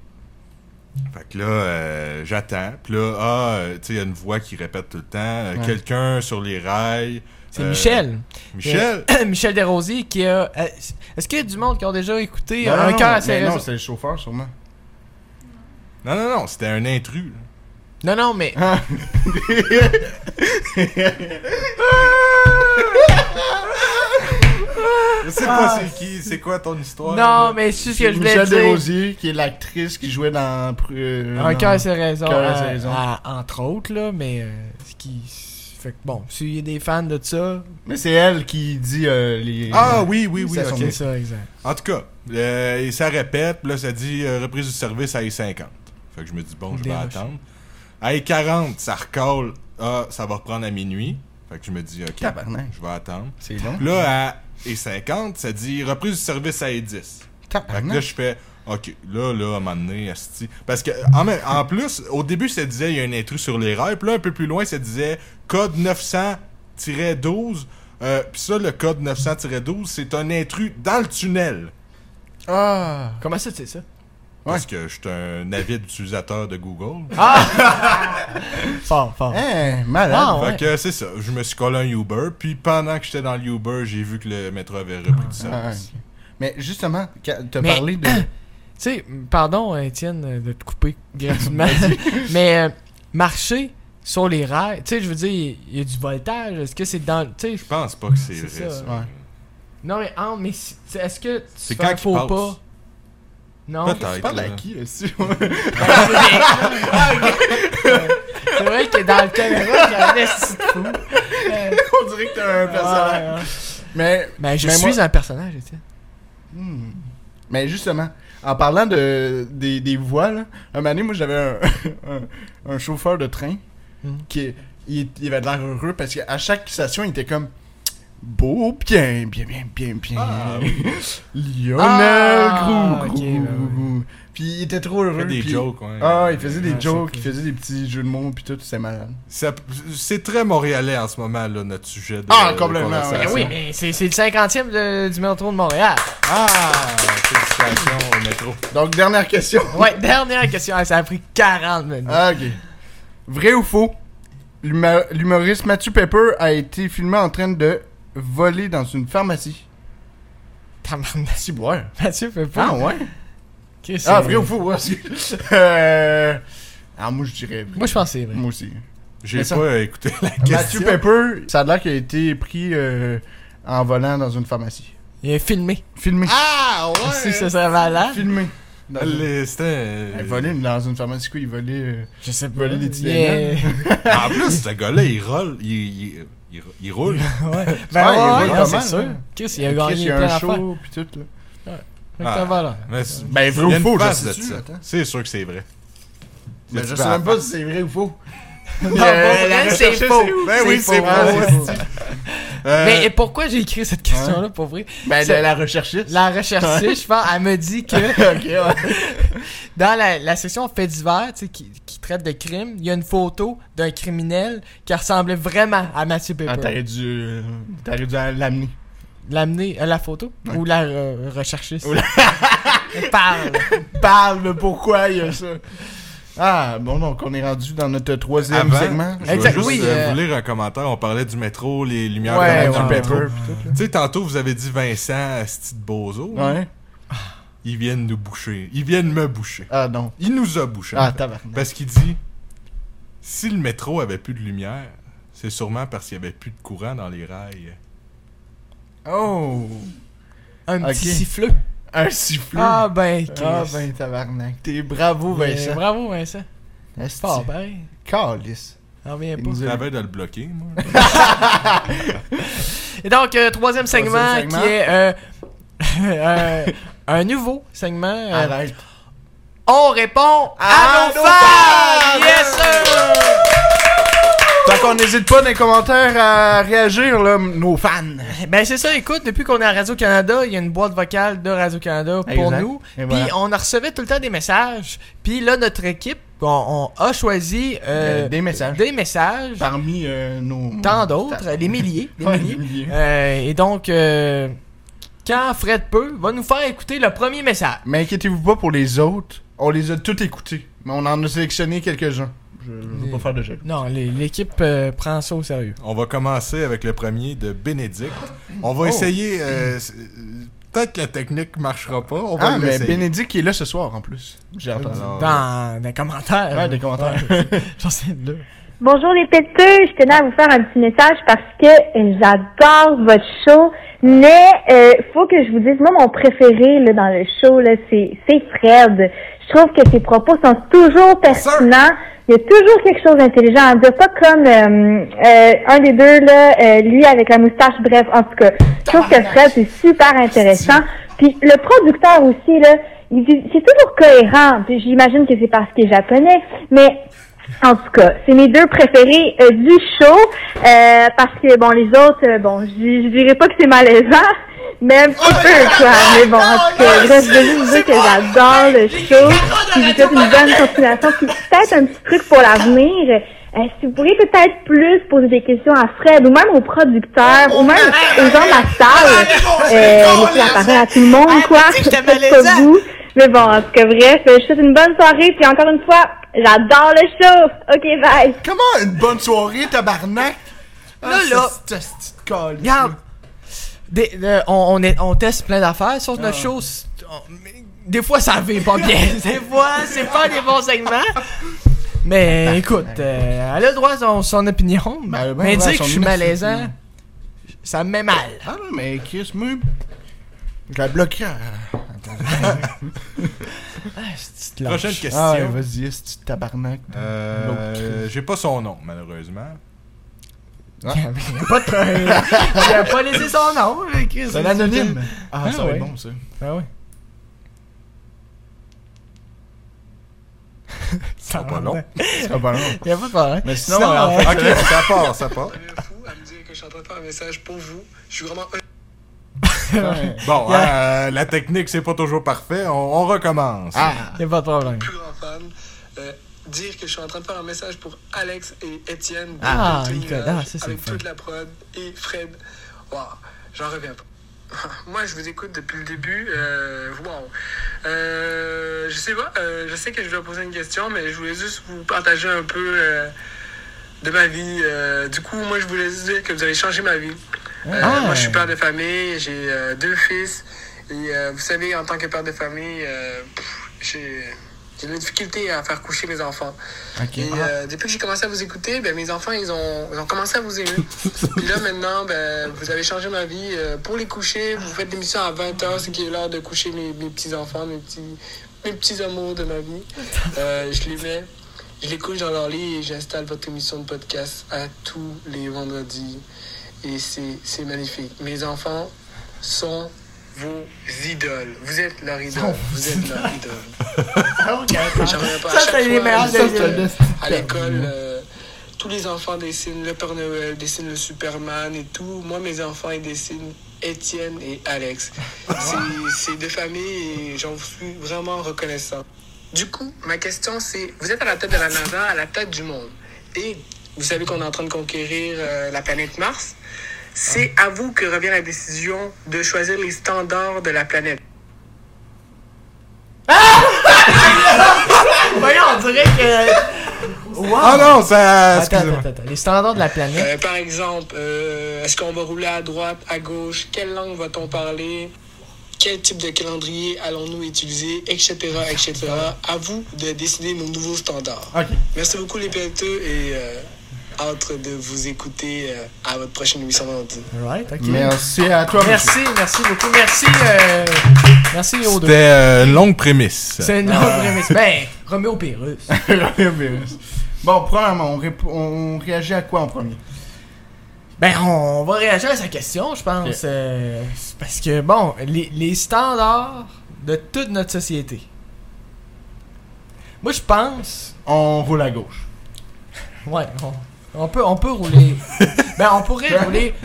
C: Fait que là, euh, j'attends. Puis là, ah, euh, tu sais, il y a une voix qui répète tout le temps. euh,
B: Ouais.
C: Quelqu'un sur les rails.
A: C'est
C: Euh,
A: Michel.
C: Michel?
A: Michel Desrosiers qui a. euh, Est-ce qu'il y a du monde qui ont déjà écouté euh,
B: Non, non,
A: un
B: non,
A: cœur à
B: mais
A: ses
B: Non,
A: raisons?
B: c'est le chauffeur, sûrement.
C: Non, non, non, c'était un intrus. là.
A: Non, non, mais.
B: Ah. Ah!
C: Je sais
B: Ah.
C: pas c'est qui, c'est quoi ton histoire.
A: Non, mais c'est ce que je voulais
B: Michel
A: dire.
B: Desrosiers, qui est l'actrice qui jouait dans. euh,
A: Un
B: dans-
A: cœur à ses raisons.
B: Cœur à ses
A: euh,
B: raisons.
A: à- entre autres, là, mais. euh, ce qui. Fait que bon, s'il y a des fans de ça,
B: Mais c'est elle qui dit euh, les.
C: Ah oui, oui, oui,
A: ça
C: ok.
A: c'est ça, exact.
C: En tout cas, euh, et ça répète, puis là, ça dit euh, reprise du service à 50 Fait que je me dis, bon, je vais
A: Déroche.
C: attendre. À 40 ça recolle. Ah, ça va reprendre à minuit. Fait que je me dis, ok,
B: Tabarnak.
C: je vais attendre.
B: C'est long.
C: Puis Là, à 50 ça dit reprise du service à 10 Fait que là,
B: Tabarnak.
C: je fais, ok, là, là, à un moment donné, asti. Parce que, en, même- en plus, au début, ça disait, il y a un intrus sur les rails. Puis là, un peu plus loin, ça disait code 900-12. Euh, Puis ça, le code 900-12, c'est un intrus dans le tunnel.
B: Ah.
A: Comment ça, c'est ça?
C: Parce que je suis un avide utilisateur de Google.
A: Ah! Fort, fort.
B: Hein, malade.
A: Ah, ouais.
C: Fait que c'est ça, je me suis collé un Uber, puis pendant que j'étais dans l'Uber, j'ai vu que le métro avait repris du
B: Ah,
C: service.
B: ok. Mais justement, quand t'as
A: Mais-
B: parlé de.
A: Tu sais, pardon, Étienne, euh, de te couper gratuitement, mais euh, marcher sur les rails, tu sais, je veux dire, il y a du voltage. Est-ce que c'est dans. Tu sais, je-
C: Je pense pas que c'est
A: C'est
C: vrai ça.
A: ça. non, mais, ah, mais si- tu sais, est-ce que tu
C: C'est
A: fais un
C: quand qu'il
A: faux
C: passe.
A: pas? Non,
B: Tu
C: Peut-être.
B: parles à
C: là.
B: qui aussi
A: c'est vrai que dans le caméra, j'ai un esti de fou.
B: On dirait que t'as un personnage. Mais,
A: Mais Ben, je
B: Mais
A: suis
B: moi-
A: un personnage, Étienne.
B: hmm. mais justement, en parlant de, des, des voix, là, un moment donné, moi j'avais un, un, un chauffeur de train
A: Mhm.
B: qui il, il avait de l'air heureux parce qu'à chaque station, il était comme beau, bien, bien, bien, bien, bien. Lionel
A: Ah,
B: Grou,
A: ok,
B: Grou,
A: ouais, ouais.
B: Grou, Grou. Puis il était trop heureux.
C: Fait des
B: puis-
C: jokes, ouais.
B: Ah, il faisait des
A: Ouais, hein.
B: jokes,
A: c'est
B: il
A: cool.
B: faisait des petits jeux de mots, puis tout, c'est malade.
C: Ça- C'est très montréalais en ce moment, là, notre sujet de
B: Ah,
C: de
B: complètement,
C: conversation.
A: Mais Ben Eh oui, mais c'est c'est le cinquantième e du métro de Montréal.
C: Ah, félicitations au métro.
B: Donc, dernière question.
A: Ouais, dernière question. Ah, Ça a pris 40 minutes.
B: Ah, ok. Vrai ou faux? l'huma- L'humoriste Matthew Pepper a été filmé en train de voler dans une pharmacie.
A: Tabarnak,
B: Ciboire.
A: Mathieu fait pas.
B: Ah ouais?
A: Qu'est-ce que
B: Ah,
A: c'est?
B: vrai ou faux? ouais, c'est- euh... Ah, moi je dirais vrai.
A: Moi, je pense que c'est vrai.
B: Moi aussi.
C: J'ai
B: Mais ça-
C: pas écouté la
B: Matthew
C: question.
B: Pepper, ça a l'air qu'il a été pris euh, en volant dans une pharmacie.
A: Il est filmé.
B: Filmé.
C: Ah, ouais!
B: hein?
A: Si ça serait malade.
B: Filmé. Dans une-
C: Les- C'était...
B: Eh,
C: euh,
B: voler dans une pharmacie, quoi, il volait... euh,
A: Je sais
B: Voler des
A: Il est-
C: En plus, ce gars-là, il roule. Il, il- il- il roule.
A: Ben
B: Ouais, il
A: ouais, ouais,
B: roule pas
A: c'est
B: mal,
A: sûr.
B: hein.
A: Qu'est-ce qu'il a
B: Chris, il
A: gagné
B: y a
A: plein
B: un
A: d'affaires.
B: show, Ah. puis tout, là.
A: Fait que t'as voilà.
C: Mais c'est-
B: Ben, vrai
C: il y a
B: ou
C: une
B: faux, je
C: face de
B: sais-tu,
C: ça.
B: attends.
C: C'est sûr que c'est vrai.
B: Mais je
C: Tu
B: sais
C: vas-
B: même pas si c'est vrai ou faux. hein,
A: Non, pour vrai, Euh, c'est faux.
C: Ben oui, c'est
B: Ah,
C: faux.
B: c'est faux.
C: Euh,
A: Mais et pourquoi j'ai écrit cette question-là, pour vrai?
B: Ben,
A: C'est-
B: de la recherchiste.
A: La recherchée, je pense, elle me dit que
B: ok, ouais.
A: dans la, la section faits divers, tu sais, qui, qui traite de crimes, il y a une photo d'un criminel qui ressemblait vraiment à Mathieu
B: Ah,
A: Pepper.
B: t'aurais dû, euh, t'aurais dû l'amener.
A: L'amener à la photo
B: Ouais.
A: ou la euh, recherchiste. Elle Parle.
B: Parle de pourquoi il y a ça. Ah, bon, donc on est rendu dans notre troisième
C: Avant,
B: segment.
C: Je veux
A: Exact,
C: juste
A: oui,
C: euh,
A: euh,
C: vous lire un commentaire. On parlait du métro, les lumières
B: Ouais,
C: dans
B: ouais,
C: le métro.
B: Pepper, puis tout,
C: Tu sais, tantôt, vous avez dit Vincent, ce de bozo.
B: là. Ouais.
C: Ils viennent nous boucher. Ils viennent me boucher.
B: Ah, non.
C: Il nous a bouché.
B: Ah, tabarnak.
C: parce qu'il dit si le métro avait plus de lumière, c'est sûrement parce qu'il y avait plus de courant dans les rails.
B: Oh!
A: Un petit
B: Ok.
A: siffleux.
B: Un siffleux.
A: Ah ben,
B: Ah,
A: Chris.
B: ben, oh, tabarnak. T'es bravo,
A: Mais
B: Vincent.
A: Bravo Vincent.
B: Asti.
A: Fort pareil.
B: Calice.
A: J'en reviens
B: Il
A: pas.
B: nous a-
C: J'avais de le bloquer, moi.
A: Et donc, euh, troisième segment,
B: segment.
A: qui est euh, euh, un nouveau segment. euh,
B: Arrête.
A: on répond à,
B: Ah, ben. À
A: nos
B: nos
A: fans!
B: fans!
A: Yes, sir!
B: Fait qu'on n'hésite pas dans les commentaires à réagir, là, m- nos fans.
A: Ben c'est ça, écoute, depuis qu'on est à Radio-Canada, il y a une boîte vocale de Radio-Canada pour
B: Exact.
A: nous.
B: Et
A: Puis
B: voilà.
A: on en recevait tout le temps des messages. Puis là, notre équipe, on, on a choisi euh,
B: Euh, des messages.
A: des messages,
B: Parmi euh, nos.
A: tant d'autres, des milliers. des
B: Ouais,
A: milliers.
B: des milliers.
A: Euh, et donc, euh, quand Fred peut, va nous faire écouter le premier message.
B: Mais inquiétez-vous pas pour les autres. On les a tous écoutés. Mais on en a sélectionné quelques-uns. Je, je veux
A: Mm.
B: pas faire de jaloux.
A: Non, les- l'équipe euh, prend ça au sérieux.
C: On va commencer avec le premier de Bénédicte. On
B: Oh.
C: va essayer. euh, c'est- euh, Peut-être que la technique marchera pas. On va
B: Ah, mais
C: l'essayer.
B: Bénédicte qui est là ce soir en plus. J'ai entendu.
A: Euh,
C: Alors,
A: Dans les commentaires.
B: Ah, Ouais, des commentaires.
A: J'en sais de là.
F: Bonjour les péteux, je tenais à vous faire un petit message parce que euh, j'adore votre show, mais euh, faut que je vous dise, moi mon préféré là, dans le show, là, c'est, c'est Fred. Je Je trouve que tes propos sont toujours pertinents. Il y a toujours quelque chose d'intelligent à dire, pas comme euh, euh, un des deux, là, euh, lui avec la moustache, bref, en tout cas. Je trouve que Fred, c'est super intéressant. Puis le producteur aussi, là, il dit- c'est toujours cohérent. Puis j'imagine que c'est parce qu'il est japonais, mais en tout cas, c'est mes deux préférés euh, du show euh, parce que bon les autres, euh, bon, je dis- je dirais pas que c'est malaisant, mais un petit peu quoi. Mais bon, en tout cas, bref, je veux juste vous dire que j'adore le show. Puis je vous souhaite une bonne continuation. Puis peut-être un petit truc pour l'avenir. Euh, si vous pourriez peut-être plus poser des questions à Fred ou même aux producteurs ou même aux gens de la salle, euh, laissez la parole à tout le monde quoi.
A: Ah, mais tu sais que j'étais
F: C'est pas
A: malaisant.
F: vous. Mais bon, en tout cas, bref, je vous souhaite une bonne soirée, puis encore une fois, j'adore le show! Ok, bye!
B: Comment une bonne soirée, tabarnak? Ah,
A: Là, là. Regarde, des- euh, on, on est- on teste plein d'affaires sur
B: Ah.
A: notre show. C'est- on- mais des fois, ça va pas bien. des fois, c'est pas des bons segments. Mais écoute, euh, elle a le droit à son, son opinion.
B: Ben, elle a bien
A: mais
B: droit à
A: dire que
B: son
A: je suis
B: immense
A: malaisant,
B: opinion.
A: ça me met mal.
B: Ah non, mais Chris, moi, je la bloquerai.
C: euh, Prochaine question.
B: Ah ouais, vas-y, c'est du tabarnak.
C: Euh, J'ai pas son nom, malheureusement.
A: pas de problème. Il a pas laissé son nom. euh, Chris.
B: C'est un anonyme. Ah,
A: Ah
B: ça va
A: ouais.
B: être bon, ça.
A: Ah ouais.
C: C'est pas long. ok,
B: Ça va pas long.
A: Il a pas de problème.
B: Ah, bah Mais sinon, euh,
A: Sinon,
B: en fait,
C: ça part, ça part.
G: devenir fou à me dire que je suis en train de faire un message pour vous. Je suis vraiment
C: Bon, hein, euh, la technique, c'est pas toujours parfait. On, on recommence.
B: Ah.
A: Il a pas de problème.
G: plus grand fan. Euh, dire que je suis en train de faire un message pour Alex et Étienne. de
A: Ah,
G: Deux
A: Nicolas,
G: Nuages,
A: ça, c'est
G: Avec
A: le fun.
G: toute la prod et Fred. Waouh, j'en reviens pas. Moi, je vous écoute depuis le début. euh, Waouh. Euh, je sais pas, euh, je sais que je dois poser une question, mais je voulais juste vous partager un peu euh, de ma vie. Euh, du coup, moi, je voulais juste dire que vous avez changé ma vie. Euh,
A: Ah.
G: Moi, je suis père de famille, j'ai euh, deux fils. Et euh, vous savez, en tant que père de famille, euh, pff, j'ai j'ai de la difficulté à faire coucher mes enfants. Et euh, depuis que j'ai commencé à vous écouter, ben, mes enfants, ils ont, ils ont commencé à vous aimer. Puis là, maintenant, ben, vous avez changé ma vie. Euh, pour les coucher, vous faites l'émission à 20h, ce qui est l'heure de coucher mes, mes petits-enfants, mes petits, mes petits amours de ma vie. Euh, je les mets, je les couche dans leur lit et j'installe votre émission de podcast à tous les vendredis. Et c'est c'est magnifique. Mes enfants sont vos idoles. Vous êtes leur idole. Vous êtes leur idole. J'en reviens pas à chaque
A: c'est les
G: fois.
A: meilleurs
G: Ça,
A: des-
G: c'est- à l'école, euh, tous les enfants dessinent le Père Noël, dessinent le Superman et tout. Moi, mes enfants, ils dessinent Étienne et Alex. C'est- C'est deux familles et j'en suis vraiment reconnaissant. Du coup, ma question, c'est vous êtes à la tête de la NASA, à la tête du monde. Et vous savez qu'on est en train de conquérir euh, la planète Mars. C'est à vous que revient la décision de choisir les standards de la planète.
A: Voyons, on dirait que.
C: Ah non, ça.
A: Attends,
C: excusez-moi.
A: attends, attends. Les standards de la planète.
G: Euh, par exemple, euh, est-ce qu'on va rouler à droite, à gauche Quelle langue va-t-on parler Quel type de calendrier allons-nous utiliser Etc. etc. À vous de décider nos nouveaux standards.
B: ah,
G: Merci beaucoup les PLT et euh, hâte de vous écouter euh, à votre prochaine émission vendredi.
B: Euh,
A: Right, ok.
B: Merci à toi, monsieur.
A: Merci, merci beaucoup. Merci, euh, merci aux
C: C'était
A: deux.
C: euh, une longue prémisse.
A: C'est une
B: Ah.
A: longue remise. Ben, Roméo Pérus.
B: Bon, premièrement, on, rép- on réagit à quoi en premier?
A: Ben, on va réagir à sa question, je pense. euh, c'est parce que, bon, les, les standards de toute notre société. Moi, je pense.
B: On roule à gauche.
A: Ouais, on, on peut, on peut rouler. ben, on pourrait rouler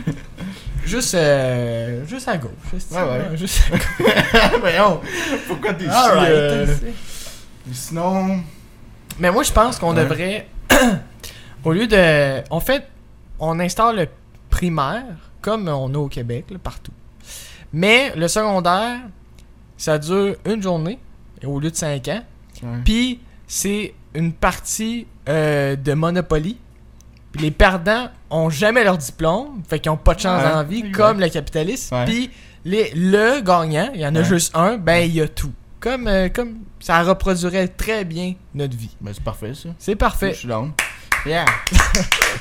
A: juste, euh, juste à gauche. c'est-
B: Ouais, ouais.
A: Juste à gauche.
B: Voyons, Ah, ben, oh, pourquoi t'es si...
A: Alright,
B: euh,
A: c'est-
B: Sinon...
A: Mais moi, je pense qu'on
B: Ouais.
A: devrait. au lieu de. En fait, on instaure le primaire, comme on a au Québec, là, partout. Mais le secondaire, ça dure une journée, et au lieu de cinq ans.
B: Ouais.
A: Puis, c'est une partie euh, de Monopoly. Puis les perdants ont jamais leur diplôme, fait qu'ils ont pas de chance
B: Ouais.
A: dans la vie, comme le capitaliste.
B: Ouais.
A: Puis les, le gagnant, il y en a
B: Ouais.
A: juste un, ben il y a tout. Comme, euh, comme ça reproduirait très bien notre vie.
B: Ben, c'est parfait, ça.
A: C'est parfait.
B: Je suis down. Yeah.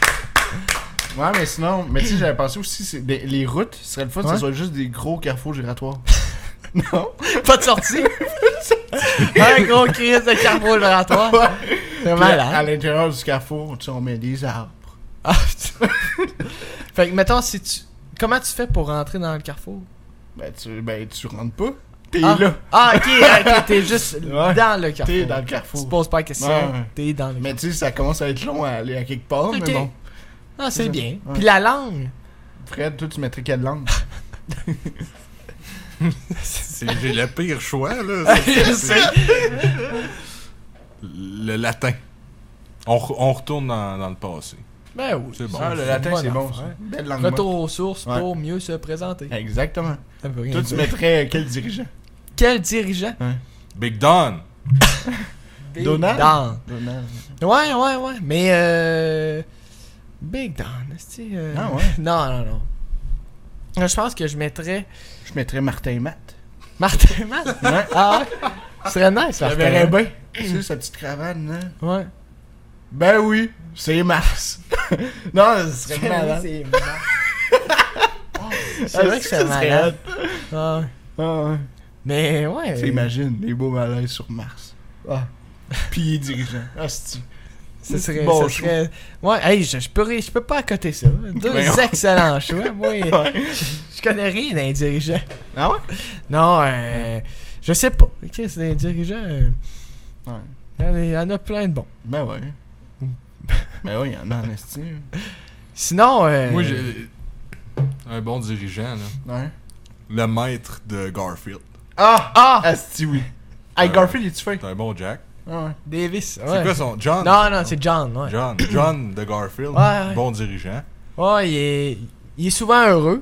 B: ouais, mais sinon, mais tu sais, j'avais pensé aussi, c'est des- les routes, ce serait le fun que
A: Ouais.
B: ce soit juste des gros carrefours giratoires.
A: Pas de sortie. Un gros crise de carbohydratoire. C'est
B: À
A: malade.
B: l'intérieur du carrefour, tu sais, on met des arbres.
A: Ah, putain. fait que, mettons, si tu. Comment tu fais pour rentrer dans le carrefour?
B: Ben tu, ben, tu rentres pas. T'es
A: Ah,
B: là.
A: ah, ok, ok, t'es juste
B: Ouais.
A: dans le carrefour.
B: T'es dans le
A: Tu te
B: carrefour.
A: poses pas la question,
B: Ouais, ouais.
A: t'es dans le
B: Mais tu sais, ça commence à être long à aller à quelque part,
A: Ok.
B: mais bon.
A: Non, Ah, c'est
B: ça.
A: bien.
B: Ouais.
A: Puis la langue.
B: Fred, toi, tu mettrais quelle langue?
C: C'est- J'ai le pire choix,
B: Ah,
C: là.
A: Je sais.
C: le latin. On, re- on retourne dans, dans le passé.
A: Ben oui.
C: C'est bon.
B: Ah, le
A: c'est
B: latin,
A: une
B: c'est
A: bonne
B: bon.
A: affaire.
B: ça. Belle langue.
A: Retour aux sources
B: Ouais.
A: pour mieux se présenter.
B: Exactement.
A: Ça veut rien
B: Toi, tu
A: dire.
B: mettrais euh, quel dirigeant?
A: Quel dirigeant?
C: Big Don!
B: Donald?
A: Dan.
B: Donald.
A: Ouais, ouais, ouais. Mais euh. Big Dan, est euh...
B: Ah ouais?
A: Non, non, non. Euh, Je pense que je mettrais
B: Je mettrais Martin Matt.
A: Martin Matt. Ah ouais? Ce serait nice,
B: Ça
A: Martin.
B: verrait bien. tu sais, sa petite cravate, là.
A: Ouais.
B: Ben oui, c'est Mars. non, ce serait malade.
A: C'est malade. Ben C'est vrai que c'est
B: Ah, ça serait
A: malade. Ah ouais.
B: hot. Ah, ouais.
A: Mais ouais.
B: Tu imagines, les beaux malaises sur Mars. Ah. Puis il est dirigeant. Ah, Hostie.
A: Ce serait,
B: Bon
A: ce
B: choix.
A: serait- Ouais, hey, je, je peux, ri- je peux pas accoter ça. Deux
B: Voyons.
A: excellents choix. Moi, je connais rien d'un dirigeant.
B: Ah ouais?
A: Non, euh, je sais pas. Chris, les dirigeants, euh,
B: Ouais.
A: il y en a- il y en a plein de bons.
B: Ben ouais. ben ouais, il y en a en estime.
A: Sinon, euh,
C: Moi, j'ai. Un bon dirigeant, là.
B: Ouais.
C: Le maître de Garfield.
B: Ah!
A: Ah!
B: Asti, oui. Hey,
C: Euh,
B: Garfield, est tu fait?
C: C'est un bon Jack.
B: Ah ouais.
A: Davis.
C: C'est
A: ouais.
C: quoi son. John?
A: Non, non, c'est John. Ouais,
C: John. John de Garfield.
A: Ouais, ouais.
C: Bon dirigeant.
A: Ouais, il, est, il est souvent heureux,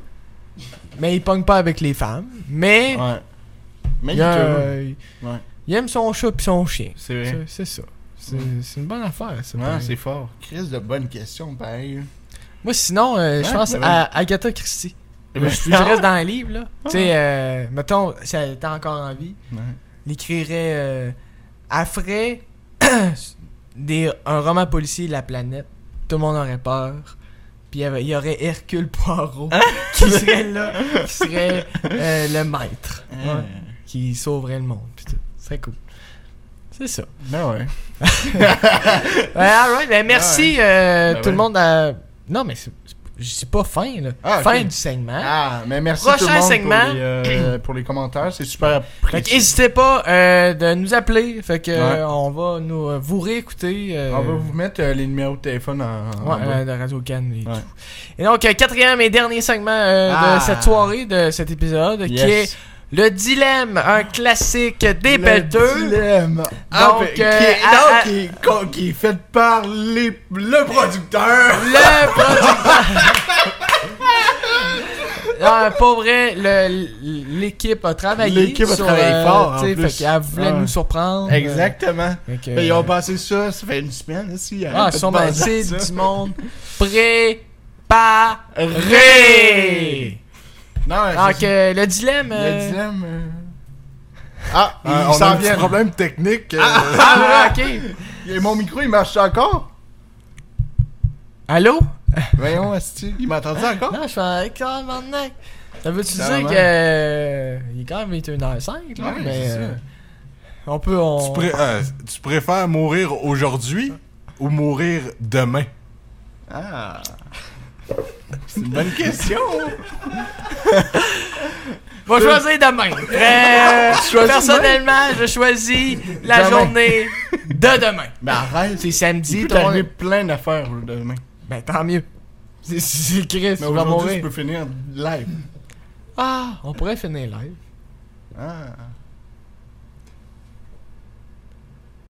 A: mais il pogne pas avec les femmes. Mais
B: Ouais. Mais
A: il,
B: il est
A: a-
B: heureux. Ah, Ouais.
A: il aime son chat puis son chien.
B: C'est vrai.
A: C'est c'est ça. C'est c'est une bonne affaire, ça.
B: Ouais,
A: pareil.
B: c'est fort. Chris, de bonnes questions, pareil.
A: Moi, sinon, euh, je
B: Ouais,
A: pense
B: ben oui.
A: à Agatha Christie.
B: Ben, Ah.
A: je, je reste dans le livre, là. Tu sais, euh, mettons, si elle était encore en vie,
B: Ouais.
A: l'écrirait. Euh, elle ferait des, un roman policier, La planète. Tout le monde aurait peur. Puis il y avait- il y aurait Hercule Poirot
B: Hein?
A: qui serait là, qui serait euh, le maître,
B: Euh,
A: ouais, qui sauverait le monde. pis tout. Ce serait cool. C'est ça.
B: Ben ouais.
A: Ouais, alright, ben merci euh,
B: Ben
A: tout le
B: ouais.
A: monde. à- Non, mais c'est c'est- je suis pas fin, là.
B: Ah, ok.
A: fin du segment.
B: Ah, mais merci
A: Prochain
B: tout le monde
A: segment.
B: Pour, les, euh, pour les commentaires. C'est super
A: Fait
B: apprécié.
A: que n'hésitez pas euh, de nous appeler. Fait que euh,
B: Ouais.
A: on va nous euh, vous réécouter. euh,
B: On va vous mettre euh, les numéros de téléphone en, en
A: ouais,
B: bas.
A: euh, de Radio Cannes et
B: Ah, Ouais.
A: tout. Et donc, euh, quatrième et dernier segment euh,
B: Ah.
A: de cette soirée, de cet épisode, qui est
B: Yes.
A: le dilemme, un classique des
B: Le
A: pelleteux.
B: dilemme.
A: Donc,
B: ben, qui,
A: euh,
B: est,
A: à-
B: non,
A: à-
B: qui est- co- qui est fait par les- le producteur.
A: Le producteur. Ah, pour vrai, le- l'équipe a travaillé.
B: L'équipe a
A: sur, euh,
B: travaillé fort, en
A: tu sais,
B: plus.
A: Fait qu'elle voulait
B: Ouais.
A: nous surprendre. Euh,
B: Exactement.
A: Fait que,
B: Ben, ils ont passé ça, ça fait une semaine. là, si,
A: Ah,
B: arrête de
A: sûrement,
B: penser à
A: c'est
B: ça.
A: du monde préparé.
B: Non, mais
A: Donc,
B: c'est-
A: euh, le dilemme.
B: Le
A: euh,
B: dilemme. euh, Ah, il
C: Euh, on a
B: s'en
C: un petit
B: vient.
C: problème technique. euh,
A: Ah, ok.
B: Et Mon micro, il marche encore?
A: Allô?
B: Voyons, Asti. Il m'entend encore?
A: Non, je suis en écran mec. Ça veut-tu
B: Ça
A: dire
B: va.
A: que. euh, il est quand même 21h05, là,
B: Ouais,
A: mais.
B: c'est ça.
A: euh, on peut. On...
C: tu, pré- euh, tu préfères mourir aujourd'hui ou mourir demain?
B: Ah. C'est une bonne question.
A: Va choisir demain. Euh, personnellement, je choisis la
B: Demain.
A: journée de demain.
B: Mais arrête.
A: C'est
B: Il
A: samedi,
B: peut
A: tout le monde-
B: t'arriver plein d'affaires là, demain.
A: Ben, tant mieux. C'est- C'est c'est Chris,
B: Mais
A: on va
B: aujourd'hui,
A: mourir.
B: tu peux finir live.
A: Ah, on pourrait finir live.
B: Ah.